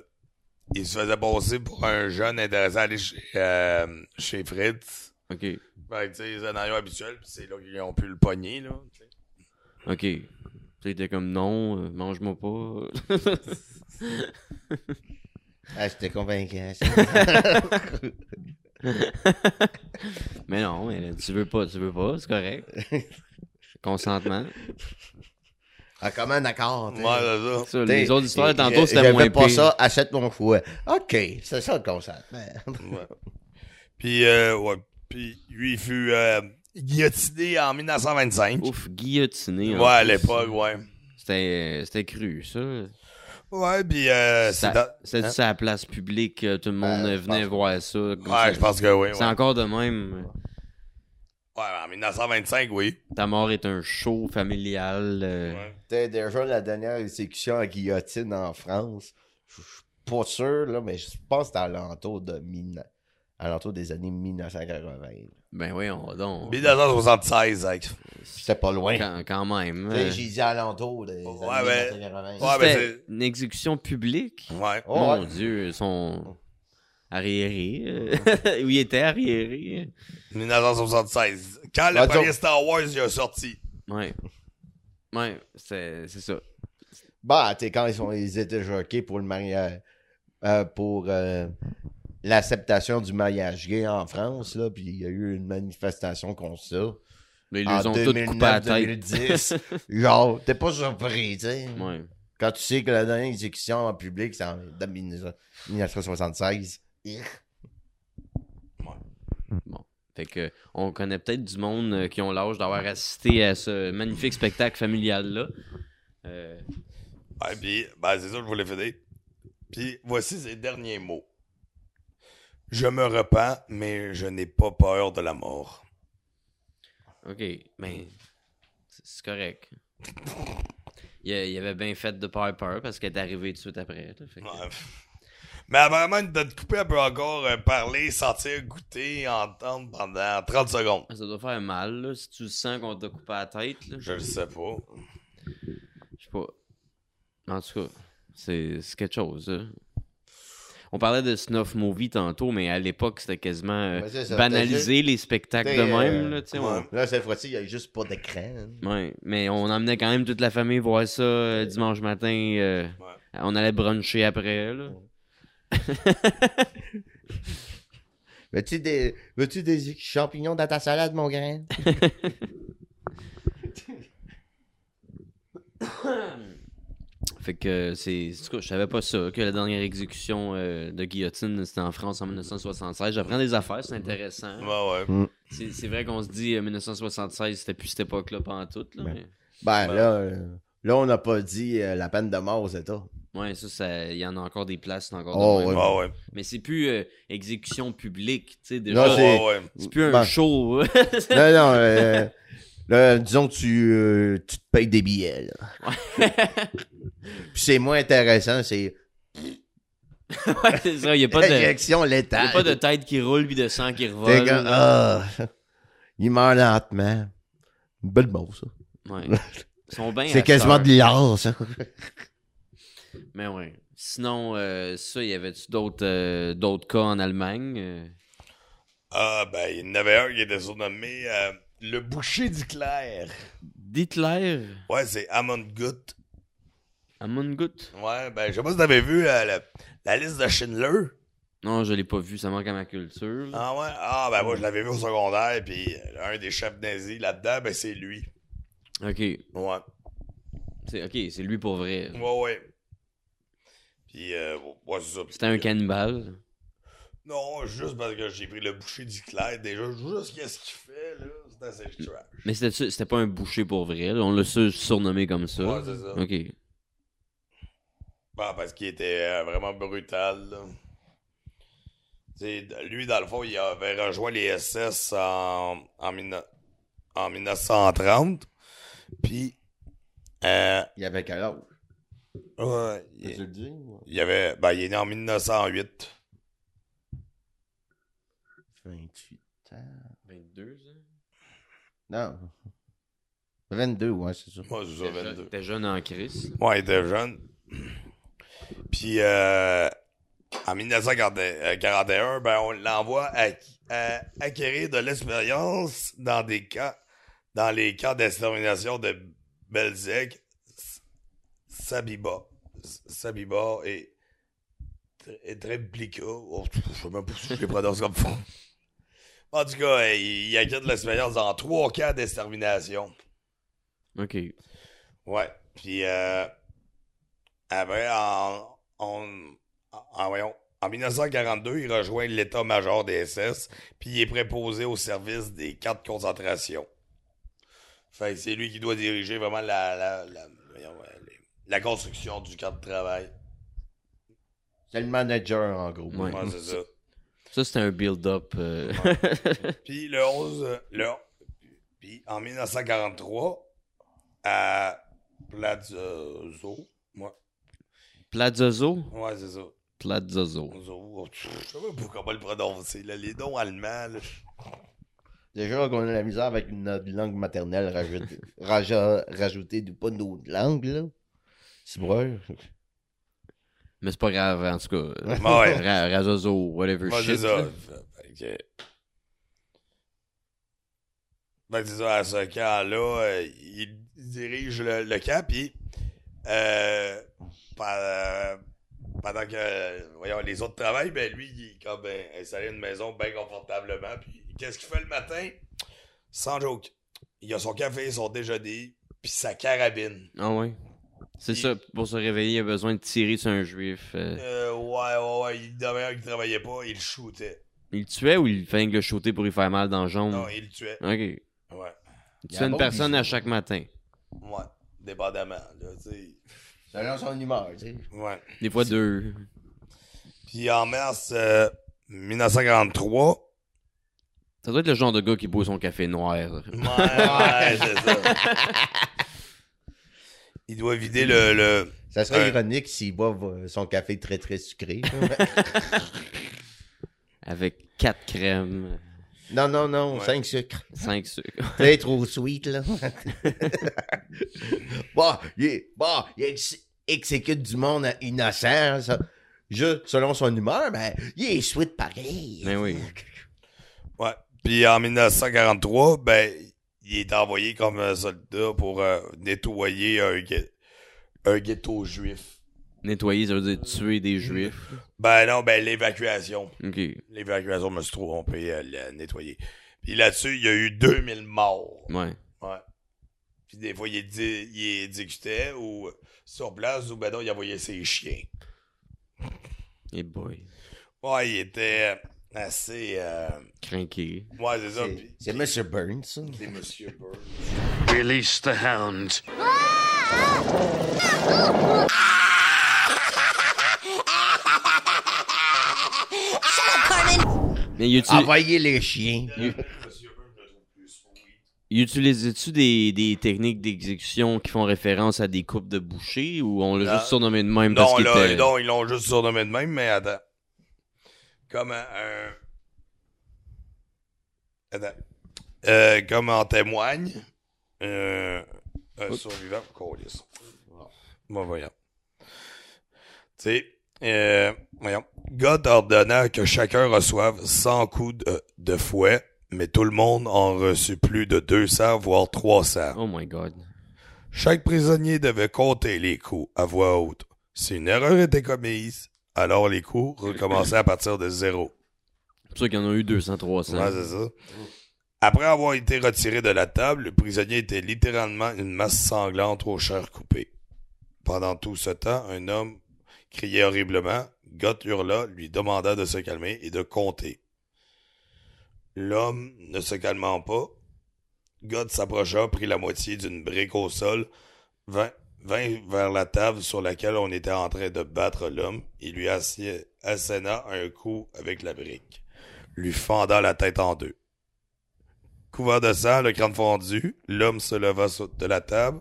B: il se faisait passer pour un jeune intéressant à aller chez, euh, chez Fritz.
A: OK,
B: Fait que, Ben, tu sais, les scénarios habituels, pis c'est là qu'ils ont pu le pogner, là. tu sais.
A: OK. Tu était comme, non, euh, mange-moi pas.
C: Ah, j'étais convaincu.
A: mais non, mais là, tu veux pas, tu veux pas, c'est correct. Consentement.
C: En commun accord.
B: Ouais,
C: Ah, tu
A: Ça,
B: c'est ça.
C: sais. T'sais,
A: les autres histoires,
C: je-
A: tantôt, c'était
C: je
A: moins
C: fais pas
A: pire.
C: ça, achète mon fouet. OK, c'est ça le concept. Merde.
B: Ouais. Puis, euh, ouais. Puis, lui, il fut euh, guillotiné en 1925.
A: Ouf, guillotiné. en
B: ouais, à
A: plus.
B: l'époque, ouais.
A: C'était euh, c'était cru, ça.
B: Ouais, puis, euh, c'est dans-
A: Ça- C'était
B: hein?
A: ça à la place publique, euh, tout le monde
C: Euh,
A: euh,
C: je
A: venait
C: pense-
A: voir ça. comme ça.
B: Ouais, je pense que oui. Ouais.
A: C'est encore de même.
B: Ouais, en 1925, oui.
A: Ta mort est un show familial. euh,
B: Ouais.
C: C'était déjà la dernière exécution à guillotine en France. Je suis pas sûr, là, mais je pense que c'était à l'entour de mille- à l'entour des années 1980. là.
A: Ben oui, on donc.
B: 1976, Zach.
C: C'était pas loin.
A: Quand, quand même.
C: Tu sais,
A: euh,
C: J'ai dit à l'entour des
B: Ouais,
C: années
B: ben-
C: 1980.
B: ouais, ben,
A: c'était
B: c'est-
A: une exécution publique.
B: Ouais.
C: Oh,
A: Mon
C: ouais.
A: Dieu, ils sont arriérés. euh, Ou ils étaient arriérés.
B: 1976. Quand le
C: Ouais,
B: premier
C: donc-
B: Star Wars il a sorti.
A: Ouais. Ouais, c'est c'est ça.
C: Bah, tu sais, quand ils, sont, ils étaient choqués pour le mariage, euh, pour euh, l'acceptation du mariage gay en France, là, puis il y a eu une manifestation contre ça.
A: Mais Ils
C: En
A: les ont tous coupés à la tête.
C: 2009-2010. Genre, t'es pas surpris, tu sais.
A: Ouais.
C: Quand tu sais que la dernière exécution en public, c'est en 1976.
A: Fait que on connaît peut-être du monde euh, qui ont l'âge d'avoir assisté à ce magnifique spectacle familial-là. Euh,
B: Ouais, puis, ben, c'est ça, je voulais finir. Puis, voici ses derniers mots. Je me repens, mais je n'ai pas peur de la mort.
A: ok, mais c'est- c'est correct. Il, y avait bien fait de peur peur parce qu'elle est arrivée tout de suite après. là. Fait que-
B: Ouais. Mais apparemment, de te couper, elle peut encore euh, parler, sentir, goûter, entendre pendant 30 secondes.
A: Ça doit faire mal là, si tu le sens qu'on t'a coupé la tête. là.
B: Je le sais pas.
A: Je sais pas. En tout cas, c'est c'est quelque chose. hein. On parlait de snuff movie tantôt, mais à l'époque, c'était quasiment euh,
C: Ouais, c'est ça,
A: banaliser les spectacles de
C: t'as, euh,
A: même. Là, tu sais, on-
B: ouais.
C: Là, cette fois-ci, il n'y a juste pas d'écran. hein.
A: Ouais, mais on emmenait quand même toute la famille voir ça euh, dimanche matin. euh, On allait bruncher après. Là.
C: Veux-tu des, veux-tu des champignons dans ta salade, mon grand?
A: Fait que c'est. en tout cas, Je savais pas ça, que la dernière exécution euh, de guillotine, c'était en France en 1976. J'apprends des affaires, c'est intéressant.
B: Ouais, ouais.
A: C'est c'est vrai qu'on se dit euh, 1976, c'était plus cette époque-là pendant tout. Là,
C: Ben.
A: mais-
C: Ben,
B: Ben.
C: là, euh, là, on n'a pas dit euh, la peine de mort aux États.
A: Ouais, ça, ça- il y en a encore des places, c'est encore
C: Oh,
A: de même.
C: ouais.
B: Ouais, ouais.
A: Mais c'est plus euh, exécution publique, tu sais, déjà.
C: Non, Ah, c'est-
B: Ouais, ouais.
A: c'est plus un
C: Ben.
A: show.
C: non, non. euh, là, disons que tu, euh, tu te payes des billets. là. Puis c'est moins intéressant, c'est
A: Ouais, c'est ça, il n'y a pas de.
C: injection
A: Y
C: létale.
A: a pas de tête qui roule puis de sang qui revole.
C: T'es comme, ah, il meurt lentement. Une Belle mot, ça.
A: Ouais. Ils sont bien
C: C'est quasiment
A: acteurs.
C: de l'art, ça.
A: Mais ouais. Sinon, euh, ça, y avait-tu d'autres euh, d'autres cas en Allemagne? euh?
B: Ah, ben, il y en avait un qui était surnommé euh, le boucher d'Hitler.
A: D'Hitler?
B: Ouais, c'est Amon Gut.
A: À Mungut?
B: Ouais, ben, je sais pas si t'avais vu euh, la, la liste de Schindler.
A: Non, je l'ai pas vu, ça manque à ma culture. là.
B: Ah, ouais? Ah, ben, moi, je l'avais vu au secondaire, puis euh, un des chefs nazis là-dedans, ben, c'est lui.
A: Ok.
B: Ouais.
A: C'est ok, c'est lui pour vrai.
B: Ouais, ouais. Puis, euh, ouais, c'est ça.
A: C'était un cannibale.
B: Non, juste parce que j'ai pris le boucher d'Hitler, déjà, juste qu'est-ce qu'il fait, là, c'est assez trash.
A: Mais c'était c'était pas un boucher pour vrai. là. On l'a su- surnommé comme ça.
B: Ouais, c'est ça.
A: Ok.
B: Bah, parce qu'il était euh, vraiment brutal. là. T'sais, d- lui, dans le fond, il avait rejoint les SS en, en, mille- en 1930. Puis, euh,
C: Il y avait quel âge?
B: ouais,
C: Tu
B: il,
C: le dis?
B: il avait, ben, il est né en 1908.
C: 28 ans.
A: 22
C: Non. 22, ouais, c'est ça.
B: Moi, je
A: ans?
B: 22.
A: T'es jeune en crise.
B: Moi, il était jeune. Puis, euh, en 1941, ben, on l'envoie à- à acquérir de l'expérience dans des camps, dans les camps d'extermination de Belzec, S- Sabiba, S- Sabiba et, et Treblinka. Oh, je sais même pas si je les prononce comme ça. En tout cas, il, il acquiert de l'expérience dans trois camps d'extermination.
A: Ok.
B: Ouais. Puis euh, après, en, en, en- voyons, en 1942, il rejoint l'état-major des SS, puis il est préposé au service des camps de concentration. Fait que c'est lui qui doit diriger vraiment la, la, la, voyons, ouais, les- la construction du camp de travail.
C: C'est le manager, en gros.
A: Ouais.
B: Ouais, c'est ça.
A: Ça, c'était un build-up. euh.
B: Puis le 11. euh, Le, puis en 1943, à Plazozo. Ouais,
A: Plazozo?
B: ouais c'est ça.
A: Plazozo.
B: Zo- Je sais même pas comment le prononcer, là, les noms allemands. là.
C: Déjà qu'on a la misère avec notre langue maternelle rajoutée, raja- rajoutée de pas nos langues, là. C'est vrai.
A: Mais c'est pas grave, en tout cas. euh,
B: Ouais.
A: Ra- Razozo, whatever
B: Ouais, c'est
A: shit.
B: ça.
A: là.
B: Fait que- Fait que Ben, c'est ça, à ce camp-là, euh, il dirige le, le camp, puis euh, pa- euh, pendant que voyons, les autres travaillent, ben lui, il est comme euh, installé une maison bien confortablement. Puis qu'est-ce qu'il fait le matin? Sans joke. Il a son café, son déjeuner, puis sa carabine.
A: Ah ouais. C'est
B: Il-
A: ça, pour se réveiller, il a besoin de tirer sur un juif. euh.
B: Euh, ouais, ouais, ouais. Il devait un qui travaillait pas, il le shootait.
A: Il le tuait ou il fallait le shooter pour lui faire mal dans le jaune?
B: Non, il le tuait.
A: Ok.
B: Mm. Ouais.
A: Il
C: Il y
A: tuait
C: a
A: une
C: bon
A: personne
C: bisou.
A: à chaque matin.
B: Ouais. Dépendamment, là, tu sais.
C: Selon son humeur, tu sais.
B: Ouais.
A: Des fois deux.
B: Puis en mars euh, 1943.
A: Ça doit être le genre de gars qui boit son café noir.
B: Ouais, ouais, c'est ça. Il doit vider le. le...
C: Ça serait
B: Ouais.
C: ironique s'il boit euh, son café très très sucré.
A: Avec quatre crèmes,
C: non, non, non,
B: Ouais.
C: 5 sucres.
A: cinq sucres.
C: T'es trop sweet, là. bah, il, bah, il ex- exécute du monde innocent, ça. juste selon son humeur, ben, il est sweet pareil.
A: Ben oui.
B: Ouais. Puis en 1943, ben, il est envoyé comme un soldat pour euh, nettoyer un, ghe- un ghetto juif.
A: Nettoyer, ça veut dire tuer des juifs.
B: Ben non, ben l'évacuation.
A: Ok.
B: L'évacuation, je me suis trompé, euh, la nettoyer. Puis là-dessus, il y a eu 2000 morts.
A: Ouais.
B: Ouais. Puis des fois, il est, di- il est dicté ou euh, sur place, ou ben non, il envoyait ses chiens.
A: Et boy.
B: Ouais, il était assez... euh,
A: Cranky.
B: Ouais, c'est ça.
C: C'est-
B: Puis-
C: C'est Monsieur Burns, ça.
B: C'est Monsieur Burns.
D: Release the hound.
A: Mais y
B: Ah,
A: utilise-
C: Envoyez les chiens.
B: Monsieur Burns, je le trouve plus sweet.
A: y utilises-tu des, des techniques d'exécution qui font référence à des coupes de boucher ou on l'a
B: Non.
A: juste surnommé de même parce
B: Non,
A: qu'il
B: là,
A: était...
B: non, ils l'ont juste surnommé de même, mais attends. Comme un. un- Attends. Euh, comme en témoigne euh, un survivant. Câlisse. Bon, voyons. Tu sais, euh, voyons. God ordonna que chacun reçoive 100 coups de, de fouet, mais tout le monde en reçut plus de 200, voire 300.
A: Oh my god.
B: Chaque prisonnier devait compter les coups à voix haute. Si une erreur était commise, alors les coups recommençaient à partir de zéro.
A: C'est pour ça qu'il y en a eu 200, 300.
B: Ouais, c'est ça. Après avoir été retiré de la table, le prisonnier était littéralement une masse sanglante aux chairs coupées. Pendant tout ce temps, un homme criait horriblement. Goth hurla, lui demanda de se calmer et de compter. L'homme ne se calmant pas, Goth s'approcha, prit la moitié d'une brique au sol, vint, vint vers la table sur laquelle on était en train de battre l'homme et lui assi- asséna un coup avec la brique, lui fendant la tête en deux. Couvert de sang, le crâne fondu, l'homme se leva sur- de la table,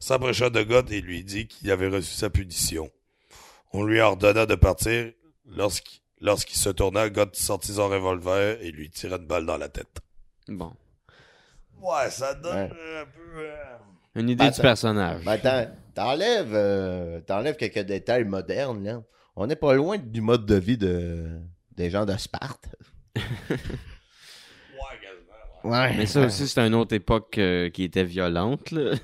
B: s'approcha de Goth et lui dit qu'il avait reçu sa punition. On lui ordonna de partir. Lorsqu'- Lorsqu'il se tourna, Goth sortit son revolver et lui tira une balle dans la tête.
A: Bon.
B: Ouais, ça donne
C: Ouais.
B: un peu... euh,
A: Une idée
C: Attends.
A: du personnage.
C: Ben, t'en- t'enlèves, euh, t'enlèves quelques détails modernes, là. On n'est pas loin du mode de vie de, des gens de Sparte.
B: Ouais, quasiment, ouais.
C: Ouais.
A: Mais ça aussi, c'est une autre époque euh, qui était violente, là.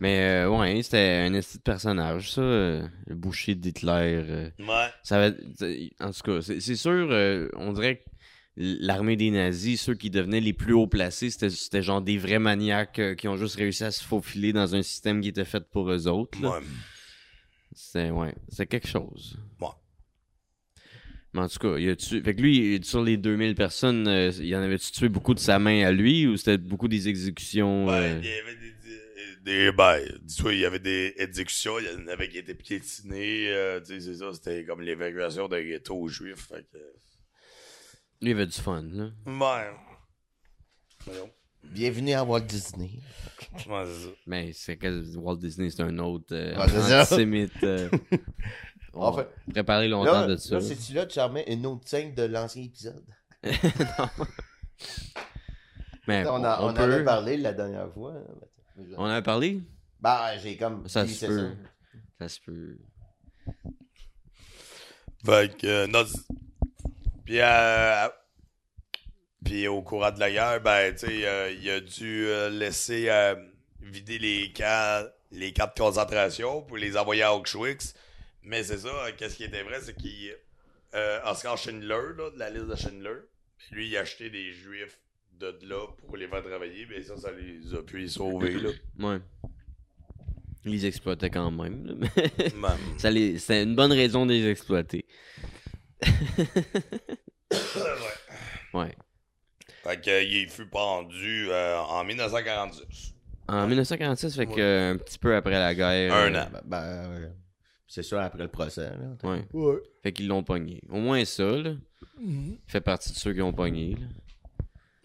A: Mais euh, ouais, c'était un esti de personnage, ça. euh, le boucher d'Hitler. euh,
B: Ouais.
A: ça va- c'est- en tout cas, c'est c'est sûr, euh, on dirait que l'armée des nazis, ceux qui devenaient les plus hauts placés, c'était- c'était genre des vrais maniaques euh, qui ont juste réussi à se faufiler dans un système qui était fait pour eux autres. là.
B: Ouais.
A: C'est ouais, c'est quelque chose.
B: Ouais.
A: Mais en tout cas, y a-tu fait que lui sur les 2000 personnes, euh, il y en avait-tu tué beaucoup de sa main à lui ou c'était beaucoup des exécutions
B: Ben,
A: euh,
B: il y avait des, des, des- ben, dis-toi, il y avait des exécutions, il y en avait qui étaient piétinés, euh, tu sais, c'est ça, c'était comme l'évacuation d'un ghetto juif, fait que...
A: Lui il avait du fun là.
B: Ouais. Voyons.
C: Bienvenue à Walt Disney.
B: Ouais, c'est ça.
A: Mais c'est que Walt Disney c'est un autre euh,
C: Ah, c'est ça.
A: antisémite. euh, on
C: Enfin,
A: va préparer longtemps
C: Là,
A: de
C: là
A: ça.
C: c'est-tu là que tu remets une autre scène de l'ancien épisode?
A: Mais
C: on a,
A: Ben, on,
C: on en
A: peut-
C: a parlé la dernière fois. hein.
A: on en a parlé.
C: Bah, j'ai comme...
A: Ça
C: dit,
A: se
C: c'est
A: peut. Ça se peut.
B: Fait que, euh, non, c'est- Puis, euh, puis au courant de la guerre, ben, tu sais, euh, il a dû euh, laisser euh, vider les camps, les camps de concentration pour les envoyer à Auschwitz. Mais c'est ça, euh, qu'est-ce qui était vrai, c'est qu'il. Euh, Oscar Schindler, là, de la liste de Schindler, lui, il a acheté des juifs de de là pour les faire travailler, mais ça, ça les a pu les sauver, là.
A: Ouais. Ils les exploitaient quand même. là.
B: Man.
A: Ça les- C'est une bonne raison de les exploiter.
B: ouais.
A: Ouais.
B: Fait que, euh, il fut pendu euh, en 1946.
A: En 1946, fait que
B: Ouais.
A: euh, un petit peu après la guerre.
B: Un
A: euh,
B: an.
C: Ben, ben, euh, c'est sûr, après le procès. Là.
A: Ouais.
C: Ouais.
A: Fait qu'ils l'ont pogné. Au moins ça, là. Il fait partie de ceux qui l'ont pogné. là.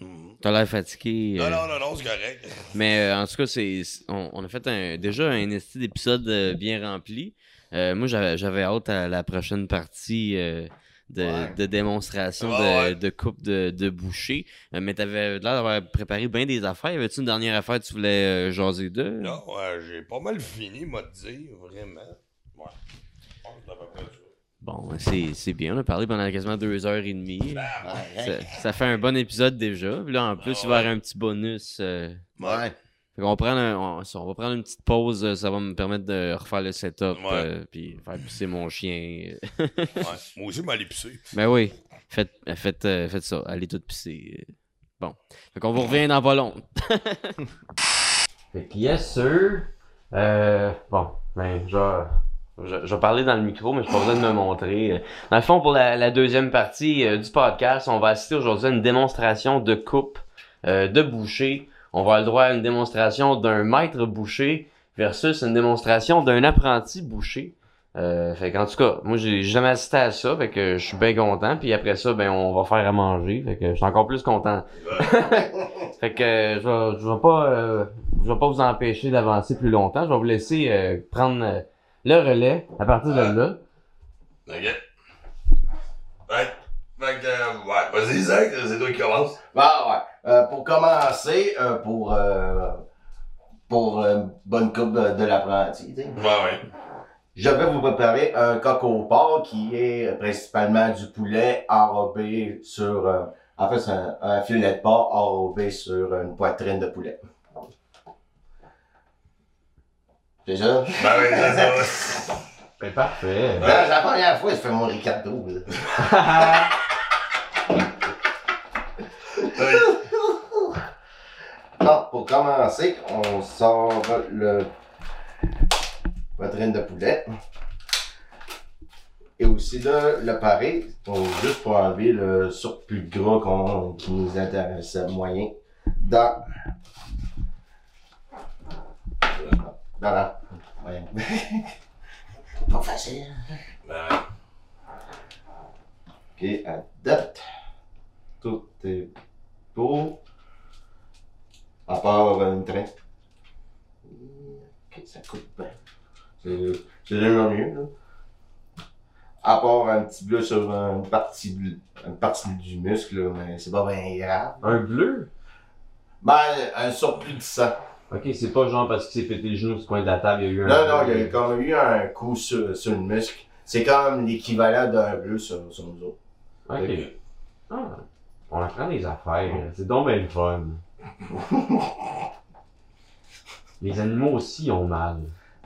B: Mhm.
A: T'as l'air fatigué. euh,
B: Non, non, non, non, c'est correct.
A: Mais euh, en tout cas, c'est c'est- on, on a fait un, déjà un esti d'épisode euh, bien rempli. Euh, moi, j'avais j'avais hâte à la prochaine partie euh, de,
C: Ouais.
A: de démonstration
B: Ouais,
A: de,
B: ouais.
A: de coupe de, de boucher. Euh, mais t'avais l'air d'avoir préparé bien des affaires. Y avait-tu une dernière affaire que tu voulais euh, jaser de?
B: Non, euh, j'ai pas mal fini, moi, de dire, vraiment. Ouais. On
A: Bon, c'est c'est bien. On a parlé pendant quasiment deux heures et demie.
B: Ben,
A: Ça,
C: Ouais.
A: ça fait un bon épisode déjà. Puis là, en plus, il va y avoir un petit bonus. euh,
C: Ouais.
A: Fait qu'on prend un- on, on va prendre une petite pause, euh, ça va me permettre de refaire le setup, euh, puis faire pousser mon chien. euh,
B: Ouais. Moi aussi, je m'allais pisser.
A: ben oui, faites, euh, faites, euh, faites ça, allez tout pisser. euh. Bon, fait qu'on vous revient dans pas long. fait que yes, sir. Euh, bon, ben, je, vais- je, je vais parler dans le micro, mais je pas besoin de me montrer. Dans le fond, pour la, la deuxième partie euh, du podcast, on va assister aujourd'hui à une démonstration de coupe euh, de boucher. On va avoir le droit à une démonstration d'un maître boucher versus une démonstration d'un apprenti boucher. Euh, fait qu'en tout cas, moi j'ai jamais assisté à ça, fait que je suis bien content. Puis après ça, ben on va faire à manger, fait que je suis encore plus content. fait que euh, je vais, je vais pas, euh, je vais pas vous empêcher d'avancer plus longtemps. Je vais vous laisser euh, prendre euh, le relais à partir de là.
B: Ok. Ouais. Fait que, euh, ouais. Vas-y, Zach, c'est toi qui commence.
C: Bah ouais. Euh, pour commencer, euh, pour euh, pour euh, bonne coupe de, de l'apprenti, tu sais,
B: Ouais, ouais.
C: je vais vous préparer un coq au porc qui est principalement du poulet enrobé sur euh, en fait c'est un, un filet de porc enrobé sur une poitrine de poulet. C'est ça?
B: Ben oui, c'est ça. ouais.
A: C'est parfait.
C: Non, c'est la première fois que je fais mon Ricardo. là.
B: Oui.
C: Non, pour commencer, on sort le poitrine de poulet. Et aussi là, le paré, donc juste pour enlever le surplus de gras qu'on- qui nous intéresse moyen dans, dans la... ouais. Pas facile.
B: Ben ouais.
C: Ok, à date, tout est beau. À part euh, une train. Ok, ça coupe bien. C'est- C'est déjà mieux, là. À part un petit bleu sur euh, une partie, du- une partie du muscle, là, mais c'est pas bien grave.
A: Un bleu?
C: Ben, un surplus de sang.
A: Ok, c'est pas genre parce qu'il s'est pété le genou du coin de la table, il y a eu un.
C: Non, non, il y a
A: Euh,
C: comme eu un coup sur, sur le muscle. C'est comme l'équivalent d'un bleu sur, sur nous autres.
A: Ok. Ah, on apprend des affaires. C'est donc bien le fun. Les animaux aussi ont mal.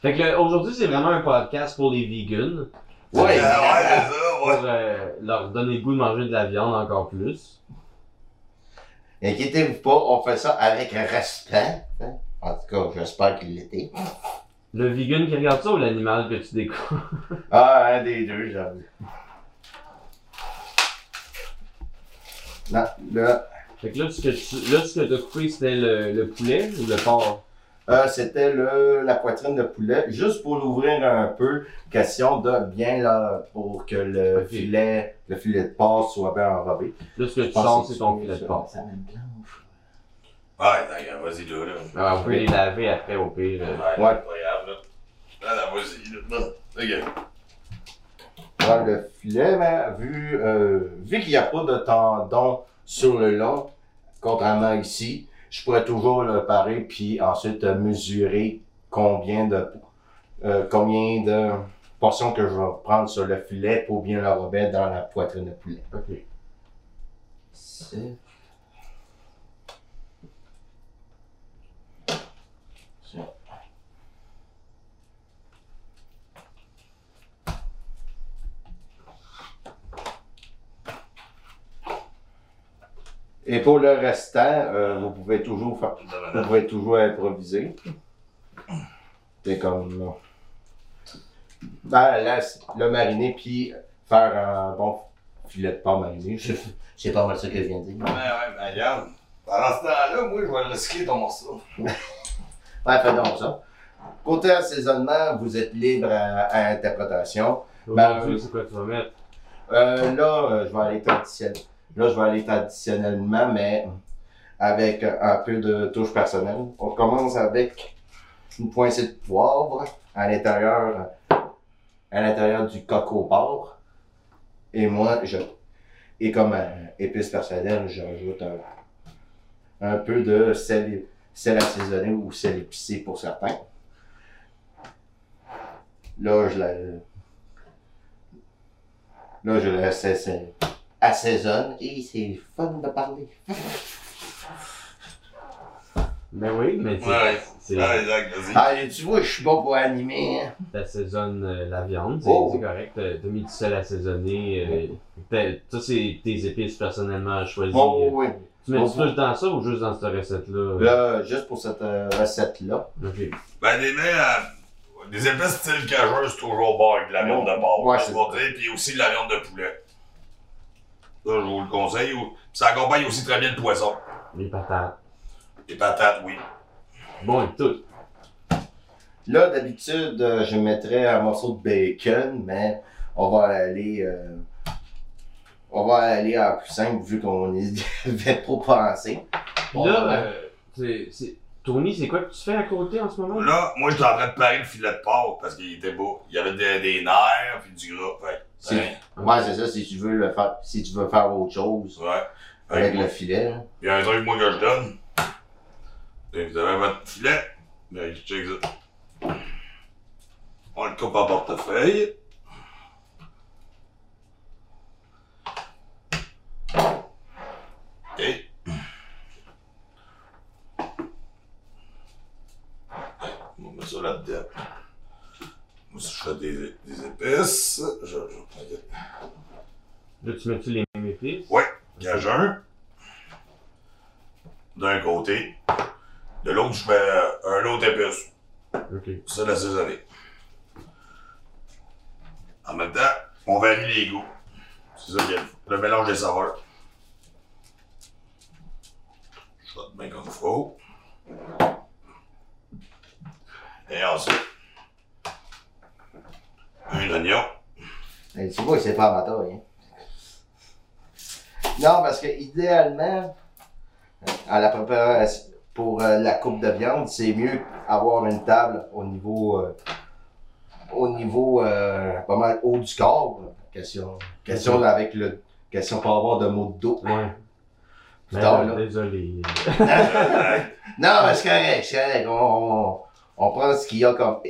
A: fait que le- aujourd'hui, c'est vraiment un podcast pour les vegans.
B: Ouais, ouais, c'est
C: Ouais.
B: ça, ouais.
A: Pour euh, leur donner le goût de manger de la viande encore plus.
C: Inquiétez-vous pas, on fait ça avec respect. hein. En tout cas, j'espère qu'il l'était.
A: Le vegan qui regarde ça ou l'animal que tu découvres?
C: Ah, un des deux, j'avoue. Là, là,
A: Fait que là, ce que tu là, ce que t'as coupé, c'était le, le poulet ou le porc?
C: euh, c'était le- la poitrine de poulet, juste pour l'ouvrir un peu, question de bien là, pour que le
A: Ok.
C: filet, le filet de porc soit bien enrobé.
A: Là, ce que
B: Ah,
A: tu sors, c'est ton filet de porc.
C: Ça me
B: Ouais, d'accord, vas-y, là, là.
A: Ah, on peut les laver après, au pire. euh.
B: Ouais.
C: Ouais.
B: c'est pas grave, là. Là, là, vas-y, là. Non. Ok.
C: prendre le filet, mais vu, euh, vu qu'il n'y a pas de tendon sur le long, contrairement ici, je pourrais toujours le parer puis ensuite euh, mesurer combien de euh, combien de portions que je vais prendre sur le filet pour bien le remettre dans la poitrine de poulet.
A: Ok.
C: C'est- C'est- Et pour le restant, euh, vous pouvez toujours faire, vous pouvez toujours improviser. C'est comme euh, ben, là, c'est- le mariner puis faire un bon filet de porc mariné. Je- C'est pas mal ça que je viens de dire.
B: Ouais, ouais, ben, regarde. Pendant ce temps-là, moi, je vais le risquer ton morceau.
C: Ouais, fais donc ça. Côté assaisonnement, vous êtes libre à, à interprétation. Ben,
A: Aujourd'hui, c'est quoi que tu vas mettre?
C: Euh, là, euh, je vais aller traditionnel. Là, je vais aller traditionnellement, mais avec euh, un peu de touche personnelle. On commence avec une poincée de poivre à l'intérieur, à l'intérieur du coq au porc. Et moi, je, et comme euh, épice personnelle, j'ajoute un, un peu de sel, sel assaisonné ou sel épicé pour certains. Là, je la. Là, je la sais- assaisonne. Et c'est fun de parler.
A: Ben oui, mais c'est-
B: Ouais.
A: c'est-
B: Ah, Isaac, vas-y.
C: Ah, tu vois, je suis bon pour animer. hein.
A: t'assaisonnes euh, la viande, c'est
C: Oh.
A: c'est correct. Euh, T'as t'as mis du sel assaisonné. euh, t'as- Ça, c'est tes épices personnellement choisies. euh.
C: Bon, oui.
A: Oh, tu mets du
C: bon.
A: touche dans ça ou juste dans cette recette-là?
C: Oh! Là, juste pour cette euh, recette-là.
A: Ok.
B: Ben, des mets à- Des épices style cajun, c'est toujours bon avec de la viande de porc.
C: Ouais,
B: je
C: c'est
B: vais dire, Puis aussi de la viande de poulet. Ça, je vous le conseille. ou- Puis ça accompagne aussi très bien le poisson.
A: Les patates.
B: Les patates, oui.
A: Bon, et tout.
C: Là, d'habitude, euh, je mettrais un morceau de bacon, mais on va aller. euh, on va aller à plus simple vu qu'on y avait trop pensé.
A: Puis
C: ben,
A: là, euh, c'est- c'est- Tony, c'est quoi que tu fais à côté en ce moment?
B: Là, moi, j'étais en train de parer le filet de porc parce qu'il était beau. Il y avait des, des nerfs puis du gras. Fait que,
C: Si-
B: hein,
C: Ouais, c'est ça, si tu veux le faire, si tu veux faire autre chose
B: ouais. Fait
C: avec
B: que
C: le
B: moi,
C: filet. là.
B: il y a un truc, moi, que je donne. Et vous avez votre filet. Ben, je check ça. On le coupe en portefeuille. Et. On met ça là-dedans. Moi, si je fais des, des épices, je, je prends des-
A: Là, tu mets-tu les mêmes épices?
B: Ouais. Cajun. D'un côté. De l'autre, je mets euh, un autre épice.
A: Ok.
B: C'est la saisonnée. En même temps, on varie les goûts. C'est ça qui est le mélange des saveurs. Je frotte bien comme faut. Et ensuite, un oignon.
C: Hey, Ben, tu vois, c'est pas amateur, hein. Non, parce que idéalement, euh, à la préparation pour euh, la coupe de viande, c'est mieux avoir une table au niveau euh, au niveau euh, pas mal haut du corps. là. Question, question là, avec le question pas avoir de maux de dos.
A: Ouais.
C: Plus
A: Ben,
C: tard, là.
A: désolé. euh,
C: Non, mais c'est correct, c'est correct. On, on, on prend ce qu'il y a comme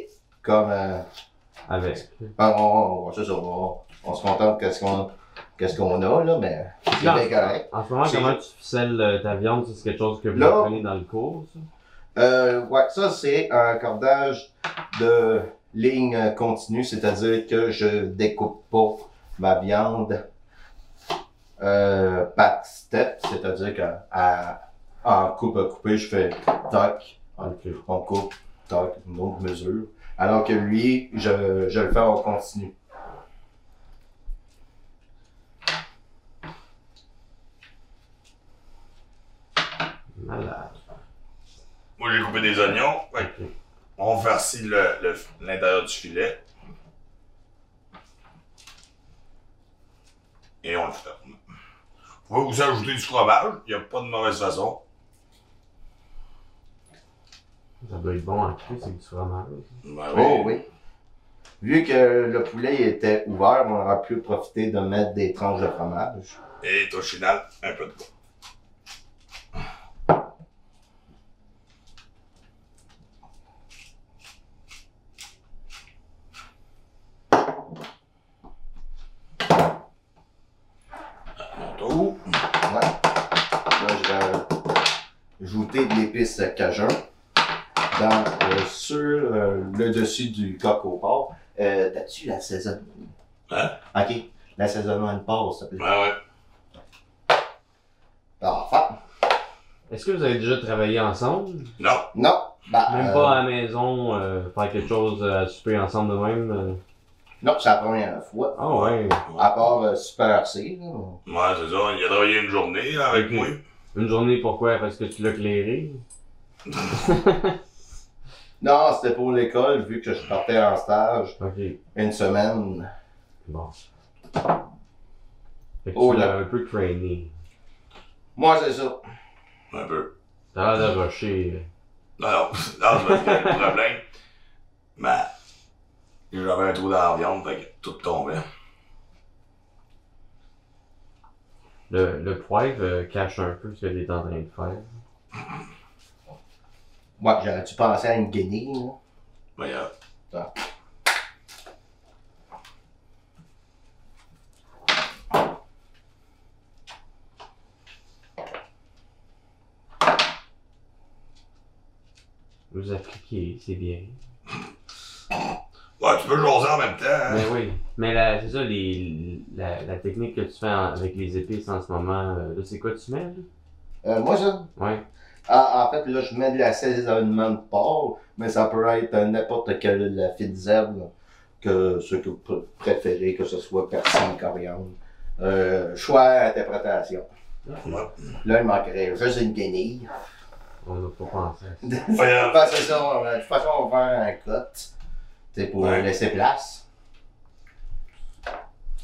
C: comme euh,
A: Avec.
C: Ben, on, on- c'est ça, on, on se contente qu'est-ce qu'on qu'est-ce qu'on a, là, mais c'est
A: Non.
C: bien correct.
A: En ce moment,
C: C'est-
A: comment tu ficelles euh, ta viande? Ça, C'est quelque chose que vous
C: Là.
A: apprenez dans le cours, ça?
C: Euh, ouais, ça, c'est un cordage de ligne continue, c'est-à-dire que je découpe pas ma viande euh, par step, c'est-à-dire qu'en à- en coupe à couper, je fais toc,
A: Ok.
C: on coupe, toc, une autre mesure. Alors que lui, je, je le fais en continu.
A: Malade.
B: Moi, j'ai coupé des oignons. Fait que
A: Ok.
B: On farcit le- le- l'intérieur du filet. Et on le ferme. Vous pouvez aussi ajouter du fromage, il n'y a pas de mauvaise façon.
A: Ça doit être bon à cru, c'est du fromage.
B: Ben
C: Oh oui. Vu que le poulet était ouvert, on aura pu profiter de mettre des tranches de fromage.
B: Et au final, un peu de quoi. Un tour.
C: Ouais. Là, je vais ajouter de l'épice cajun dans, euh, sur euh, le dessus du coq au porc. Euh, T'as-tu la saison?
B: Hein?
C: Ok. L'assaisonnement de porc, s'il te plaît.
B: Ben ouais.
C: Parfait.
A: Est-ce que vous avez déjà travaillé ensemble?
B: Non,
C: Non. Bah,
A: Même
C: euh,
A: pas à la maison, euh, faire quelque chose euh, à souper ensemble de même? euh?
C: Non, c'est la première fois.
A: Ah ouais.
C: À part euh, Super C. là.
B: ouais, c'est ça. Il a travaillé une journée avec
A: Ok.
B: moi.
A: Une journée, pourquoi? Parce que tu l'as clairé?
C: Non, c'était pour l'école, vu que je partais en stage
A: Ok.
C: une semaine.
A: Bon. Fait que
C: Oh
A: tu
C: là.
A: l'as un peu trainé.
C: Moi, c'est ça.
B: Un peu.
A: T'as l'air de rusher.
B: Non, non, non, c'est parce que le problème. Mais j'avais un trou dans la viande, fait que tout tombait.
A: Le, le poivre euh, cache un peu ce que t'es en train de faire.
C: Ouais, j'aurais dû penser à une guenille, là.
B: Mais euh,
C: Ah.
A: peux vous appliquer, c'est bien.
B: Ouais, tu peux jaser en même temps. hein.
A: Mais oui. Mais la- c'est ça, les, la, la technique que tu fais en- avec les épices en ce moment, euh, là, c'est quoi tu mets? là?
C: Euh, moi, ça,
A: Ouais.
C: Ah, en fait, là, je mets de l'assaisonnement de porc, mais ça peut être euh, n'importe quelle la fine herbe, là, que ce que vous pr- préférez, que ce soit persil, coriandre. Euh, choix à interprétation. Là, il manquerait juste une guenille.
A: On n'a pas pensé à ça.
B: Voyons.
C: Parce que ça, on- de toute façon, on va faire un cote. C'est pour
B: Ouais.
C: laisser place.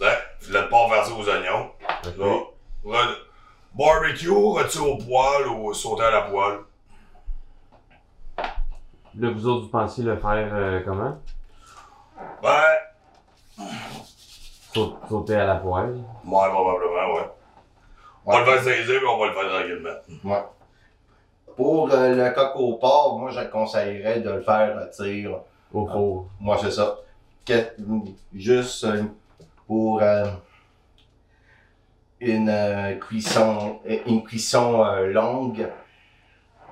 B: Ouais, le porc versé aux oignons. Là, re- barbecue, rôti au poil ou sauté à la poêle.
A: Là, vous autres, vous pensez le faire euh, comment?
B: Ben,
A: Saut- Sauter à la poêle.
B: ouais, probablement, ouais. On va le faire saisir, mais on va le faire tranquillement.
C: Ouais. Pour euh, le coq au porc, moi, je conseillerais de le faire euh, tu sais,
A: Au four.
C: Moi, c'est ça. Que- juste euh, pour euh, une, euh, cuisson, une cuisson euh, longue,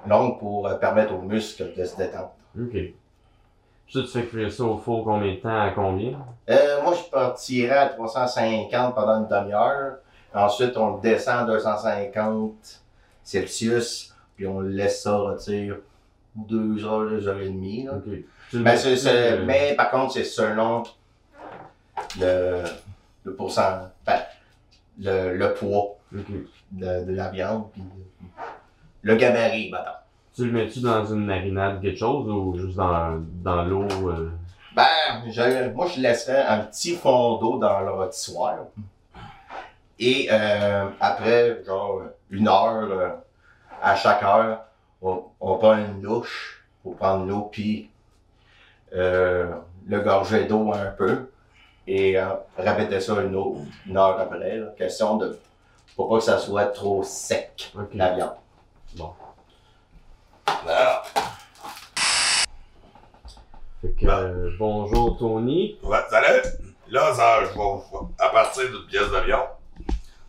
C: longue pour euh, permettre aux muscles de se détendre.
A: Ok. Puis ça, tu fais cuire ça au four combien de temps à combien?
C: Euh, moi, je partirais à 350 pendant une demi-heure. Ensuite, on le descend à 250 Celsius, puis on le laisse ça retirer deux heures, deux heures et demie. là.
A: Ok. Tu le mets-
C: Mais, Ben, c'est- c'est-
A: euh,
C: mais par contre, c'est selon le, le pourcent, ben, le, le poids
A: ok.
C: de, de la viande, puis le gabarit, maintenant.
A: Tu le mets-tu dans une marinade quelque chose ou juste dans, dans l'eau? euh?
C: Ben, je- moi, je laisserais un petit fond d'eau dans le rôtissoir. Et euh, après, genre, une heure, euh, à chaque heure, on, on prend une douche pour prendre l'eau, puis euh, le gorger d'eau un peu. Et euh, répéter ça une, autre, une heure après, là, question de. Pour pas que ça soit trop sec,
A: Ok.
C: la viande.
B: Ah,
A: Fait que, euh, bonjour Tony.
B: ouais, salut! Là, ça, je vais vous- à partir d'une pièce d'avion.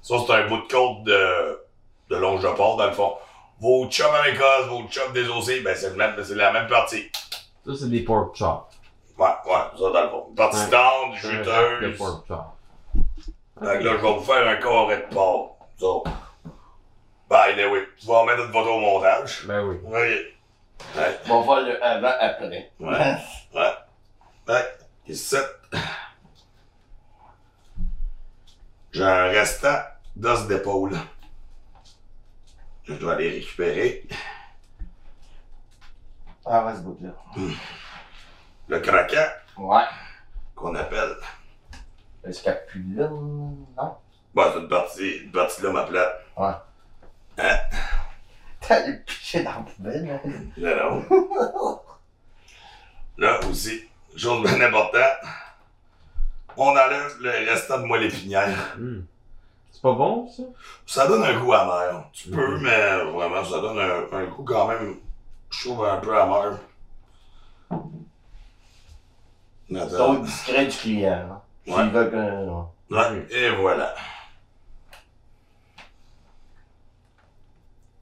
B: Ça, c'est un bout de côte de, de longe de port, dans le fond. Vos chums en Écosse, vos chums des OC, ben c'est le même- c'est la même partie.
A: Ça, c'est des pork chops.
B: Ouais, ouais, ça dans le fond. Une Partie
A: Ouais.
B: tendre,
A: C'est un rack de
B: juteuse.
A: pork chops.
B: Fait que là, je vais vous faire un carré de porc. Ça. Ben, oui. Tu vas en mettre une photo au montage.
A: Ben oui.
B: Oui.
C: On va le avant-après.
B: Ouais. Ouais. Ouais. Ici. J'ai un restant d'os d'épaule. Je dois les récupérer.
C: Ah, ouais, ce bout-là.
B: Le craquant
C: Ouais.
B: qu'on appelle.
C: Le scapulum, non?
B: Ben, c'est une partie, une partie de l'homme à plat.
C: T'as le piché dans la poubelle, hein?
B: Là, non. Euh. Là aussi, chose bien importante, on enlève le restant de moelle épinière.
A: Hmm. C'est pas bon, ça?
B: Ça donne un goût amer. Tu peux,
A: Mhm.
B: mais vraiment, ça donne un, un goût quand même, je trouve, un peu amer. Attends.
C: Sauf discret du client, hein?
B: Ouais.
C: S'il veut que.
B: Ouais, et voilà.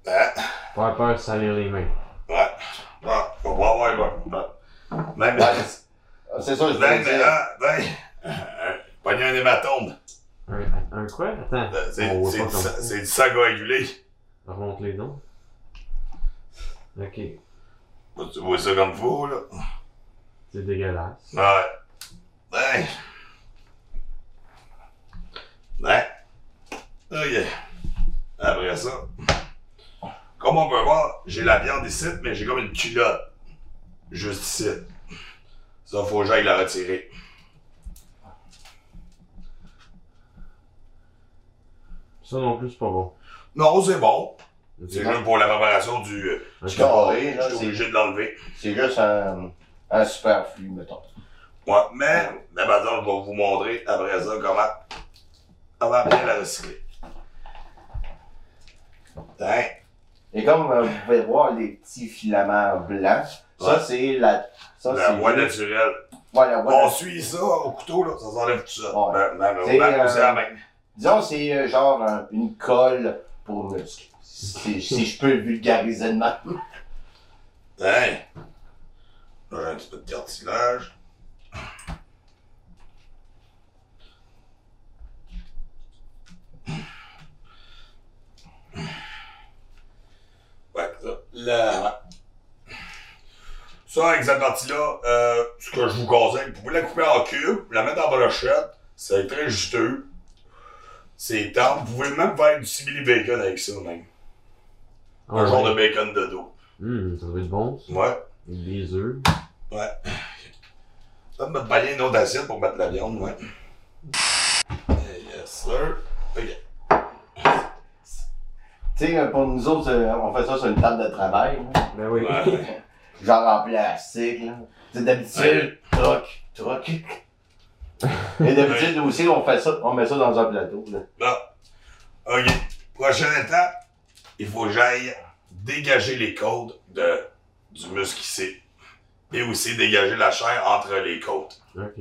B: Ah,
A: Faire peur de salir les mains.
B: ouais. Ah, on va voir, ouais. Même,
C: Ouais, Ah, C'est ça, je voulais
B: même,
C: dire.
B: ah, ben, euh, pogner un hématome.
A: Un, un quoi? Attends.
B: Euh, C'est
A: On voit
B: c'est
A: pas
B: du
A: comme
B: sa-
A: ça.
B: c'est du sang coagulé.
A: Remonte les dons. Ok.
B: Tu vois ça comme fou, là?
A: C'est dégueulasse.
B: Ouais. Ouais. Ouais. Ok. Après ça, comme on peut voir, j'ai la viande ici, mais j'ai comme une culotte. Juste ici. Ça, faut que j'aille la retirer.
A: Ça non plus, c'est pas bon.
B: Non, c'est bon.
A: Ok.
B: C'est juste pour la préparation du euh,
A: Ok.
C: Je comprends.
B: carré. Je suis obligé de l'enlever.
C: C'est juste un, un superflu, mettons.
B: Ouais, mais la bâton, je vais vous montrer après ça comment on va bien la recycler. Tiens.
C: Et comme euh, vous pouvez voir les petits filaments blancs, ça
B: Ouais.
C: c'est la. Ça,
B: La
C: c'est
B: voie
C: juste-
B: naturelle.
C: Ouais, la voie
B: On
C: nat-
B: suit ça au couteau, là, ça s'enlève tout ça.
C: Ouais.
B: Ben, ben, ben,
C: C'est,
B: ben,
C: euh,
B: c'est la main.
C: Disons, c'est euh, genre un- une colle pour muscle. Si, si je peux le vulgariser de même.
B: Hein? un petit peu de cartilage. Ouais, ça. Là. Ça, avec cette partie-là, euh, ce que je vous conseille, vous pouvez la couper en cubes, la mettre en brochette, c'est très juteux. C'est tendre. Vous pouvez même faire du simili bacon avec ça, même.
E: Ah
B: un
E: ouais.
B: genre de bacon de dos.
A: Hmm,
E: Hum, ça doit être bon. ça.
B: Ouais.
E: Des œufs.
B: Ouais. Ça me balayer une autre assiette pour mettre la viande, ouais. Eh, Yes, sir. Ok.
C: Tu sais, pour nous autres, euh, on fait ça sur une table de travail. là.
E: Ben oui.
B: Ouais.
C: Genre en plastique. là. Tu sais, d'habitude, truc, truc. Et d'habitude aussi, on fait ça, on met ça dans un plateau. là.
B: Bon. Ok. Prochaine étape, il faut que j'aille dégager les côtes de, du muscle ici. Et aussi dégager la chair entre les côtes.
E: Ok.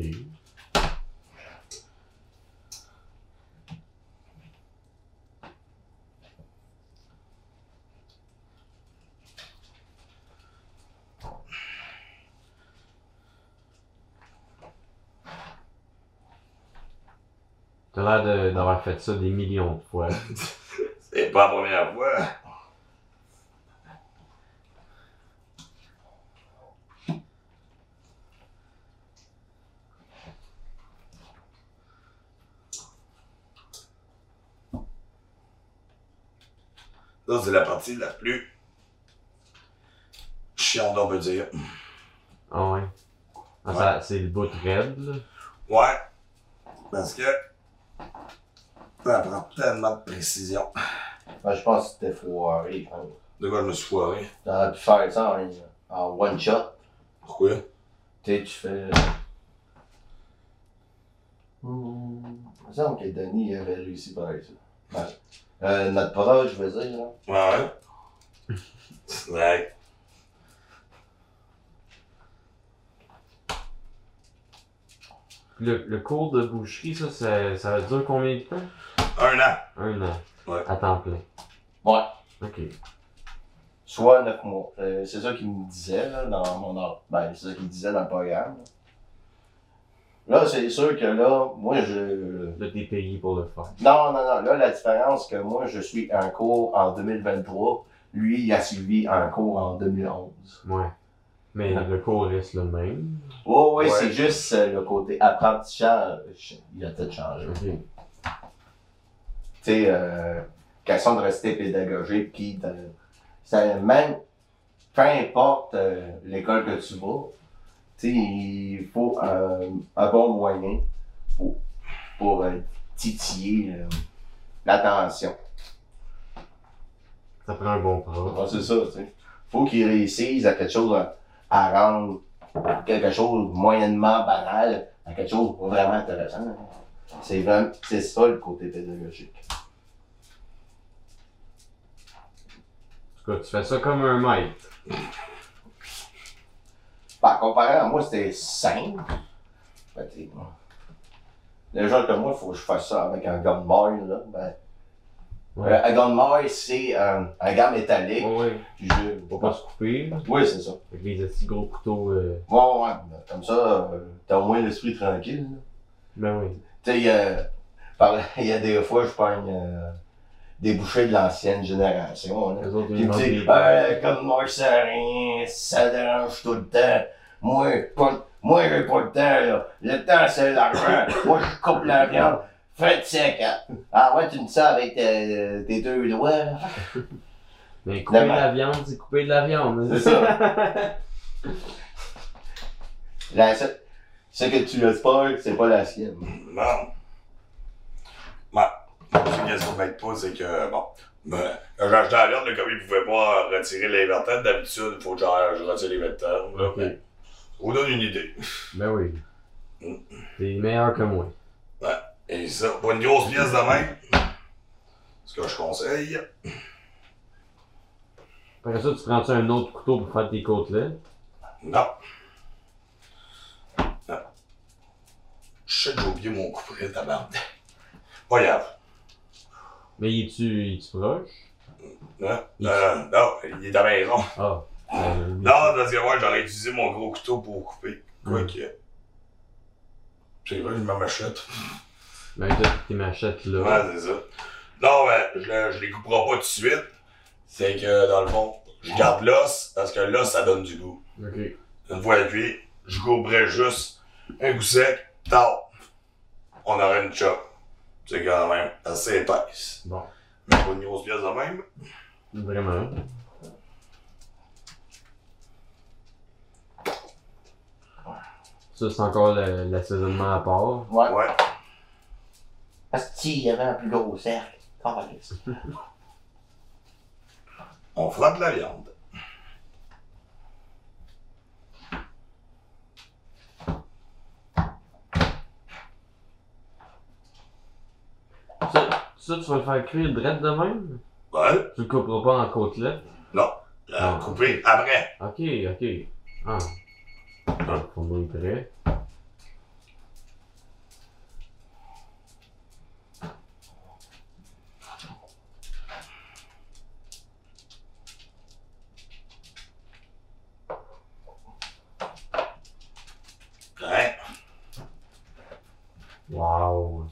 E: T'as l'air de- d'avoir fait ça des millions de fois.
B: C'est pas la première fois. Ça, c'est la partie la plus chiante, on peut dire.
E: Ah ouais. Ah, ça- C'est le bout de raide, là.
B: Ouais. Parce que ça prend tellement de précision.
C: Ben, je pense que c'était foiré. hein. je pense.
B: De quoi je me suis foiré?
C: T'aurais pu faire ça en, hein. en one shot.
B: Pourquoi?
C: Tu sais, tu fais. euh, Hmm. Il me semble que Denis avait réussi pareil, ça. Ouais. Euh, notre proche, je veux dire, là.
B: Ouais. ouais.
E: Le, le cours de boucherie, ça, ça, ça dure combien de temps?
B: Un an.
E: Un an.
B: Ouais.
E: À temps plein.
C: Ouais.
E: Ok.
C: Soit neuf mois. Euh, c'est ça qu'il me disait, là, dans mon ordre. Ben, c'est ça qu'il disait dans le programme. Là, Là, c'est sûr que là, moi, je.
E: Là, t'es payé pour le faire.
C: Non, non, non. Là, la différence, c'est que moi, je suis en cours en 2023. Lui, il a suivi un cours en 2011.
E: Ouais. Mais
C: Ouais.
E: le cours reste le même.
C: Oh, oui,
B: Ouais.
C: c'est juste euh, le côté apprentissage. Il a peut-être changé.
E: Ok.
C: tu sais, euh, question de rester pédagogique, puis de, ça, même, peu importe euh, l'école que tu vas, tu sais, il faut euh, un bon moyen pour, pour euh, titiller euh, l'attention.
E: Ça prend un bon prof.
C: Ouais, c'est ça, tu sais. Faut qu'ils réussissent à quelque chose, à, à rendre quelque chose moyennement banal à quelque chose de vraiment intéressant. C'est vraiment, c'est ça le côté pédagogique.
E: En tout cas, tu fais ça comme un maître.
C: Bah, comparé à moi, c'était simple. Ben, t'sais, bon. Déjà que moi, il faut que je fasse ça avec un gomme molle, là. Ben,
E: Ouais.
C: euh, un gomme molle, c'est euh, un gamme métallique.
E: Ouais, ouais.
C: puis je-
E: Faut pas se couper. là.
C: Oui, c'est ça.
E: Avec les petits gros couteaux. euh,
C: Ouais, ouais, ouais. Ben, Comme ça, euh, t'as au moins l'esprit tranquille. là.
E: Ben oui.
C: Tu sais, euh, par- il y a des fois, je pogne euh, des bouchées de l'ancienne génération, là.
E: Les autres,
C: Puis
E: ils
C: il me
E: vendent
C: dit,
E: des-
C: euh, comme moi, ça rien, ça dérange tout le temps. Moi, pas, moi, j'ai pas le temps, là. Le temps, c'est l'argent. moi, je coupe la viande. Faites sec, hein. Ah ouais, tu me ça avec tes, tes deux doigts, là.
E: Mais couper de
C: Demain.
E: la viande, c'est couper de la viande. hein.
C: C'est ça. La seule- ce que tu espères, c'est pas la sienne.
B: Non. Bon. Ce qui ne m'aide pas, c'est que, bon, ben, quand j'ai acheté la viande, le commis ne pouvait pas retirer les vertèbres. D'habitude, il faut que j'en- je retire les vertèbres. là.
E: Ok.
B: Ça vous donne une idée.
E: Ben oui.
B: Mm.
E: T'es meilleur que moi.
B: Et ça, pour une grosse pièce de main, ce que je conseille,
E: Après ça, tu prends-tu un autre couteau pour faire tes côtelettes?
B: non. Non. Je sais que j'ai oublié mon couperet de tabarnak. Pas grave.
E: Mais es-tu es -tu proche?
B: Hein? Euh, non, il est à la maison.
E: Ah.
A: Euh,
B: Non, parce que ouais, j'aurais utilisé mon gros couteau pour couper. Quoi
A: Mm.
B: que. C'est vrai, je me machette.
A: ben, t'as tes machettes là.
B: Ouais, c'est ça. Non, mais je, le- je les couperai pas tout de suite. C'est que, dans le fond, je garde l'os, parce que l'os, ça donne du goût.
A: Ok.
B: Une fois cuit, je couperais juste un goût sec, tard. On aurait une chop. C'est quand même assez épaisse.
A: Bon.
B: Mais pas une grosse pièce de même.
A: Vraiment. Ça, c'est encore le- l'assaisonnement à part.
B: Ouais.
C: Parce que si, il y avait un plus gros cercle. Ah Calisse.
B: On frotte la viande.
A: Ça, ça, tu vas le faire cuire direct de même?
B: Ouais.
A: Tu le couperas pas en côtelettes?
B: La couper après.
A: Ok, ok. Ah. Ah, Pour moi, il est prêt.
B: Ouais.
A: Wow.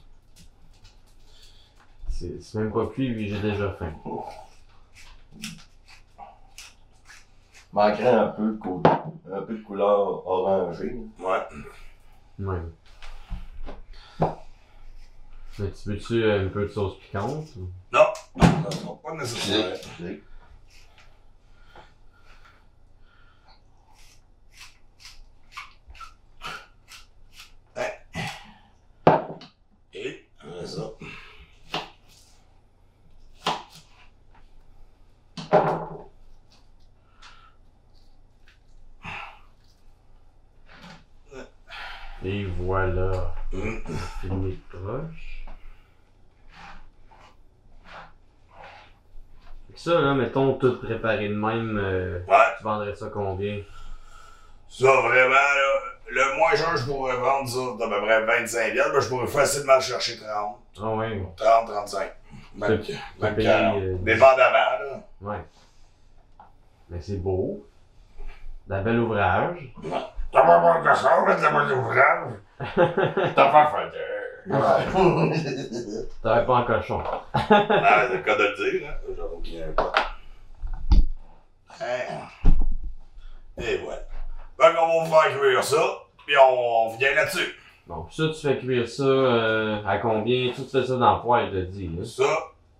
A: C'est c'est même pas cuit, lui, j'ai déjà faim.
C: Manquerait un peu de, cou- un peu de couleur orangée.
B: Ouais.
A: Ouais. Mais tu veux-tu euh, un peu de sauce piquante? ou-
B: Non, pas nécessaire. Et, c'est ça.
A: Et voilà.
B: Mm.
A: Fini de proche. Fait que Ça, là, mettons, tout préparé de même, euh,
B: Ouais.
A: tu vendrais ça combien?
B: Ça, vraiment, là, le moins cher, je pourrais vendre ça d'à peu près 25 piastres, mais je pourrais facilement chercher 30,
A: Ah ouais,
B: 30, 35. Même,
A: C'est-
B: même
A: payer,
B: 40.
A: euh,
B: Dépendamment, là.
A: ouais. Mais c'est beau. D'un bel ouvrage.
B: T'as pas bon garçon, mais t'as pas d'ouvrage. T'as pas fait
C: hein.
A: T'aurais pas en cochon.
B: Ah, c'est le cas de le dire, hein. J'avoue qu'il y a un pas. Hein. Et voilà. Fait qu'on va faire cuire ça, puis on, on vient là-dessus.
A: Bon, pis ça, tu fais cuire ça euh, à combien? Tu tu fais ça dans le poêle, t'as dit, là.
B: Ça.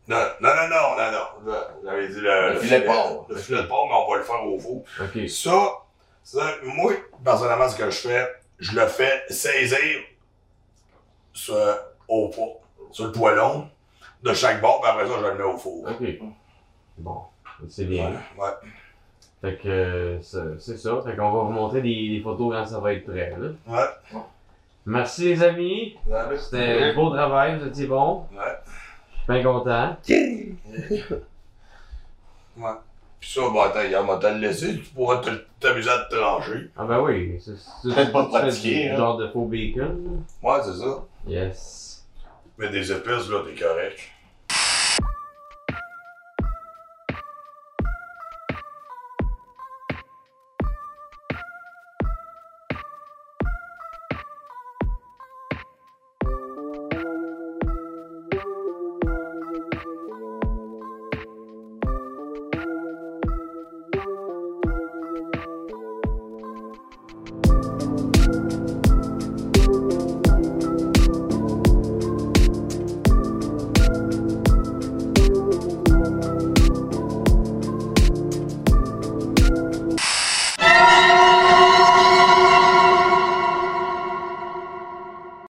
B: Non, non, non, non, non, non. Je- J'avais dit le,
C: Le filet de porc.
B: Le filet de porc, mais on va le faire au four.
A: Ok.
B: Ça, ça, moi, personnellement, ce que je fais, je le fais saisir sur, au po- sur le poêlon de chaque bord, puis après ça, je le mets au four.
A: Ok. Bon, c'est
B: Ouais,
A: bien.
B: ouais.
A: Fait que euh, ça- c'est ça. Fait qu'on va vous montrer des, des photos quand ça va être prêt. Là.
B: Ouais.
A: Merci les amis.
B: Ouais.
A: C'était un beau travail, vous étiez bon.
B: Ouais.
A: Je suis bien content.
B: Ouais. Puis ça, bah, attends, il va te le laisser, tu pourras te- t'amuser à te trancher.
A: Ah ben oui, c'est c'est-
C: Peut-être pas
A: c'est- c'est
C: pratiqué,
A: du
C: hein.
A: genre de faux bacon.
B: Ouais, c'est ça.
A: là. Yes.
B: Mais des épices, là, t'es correct.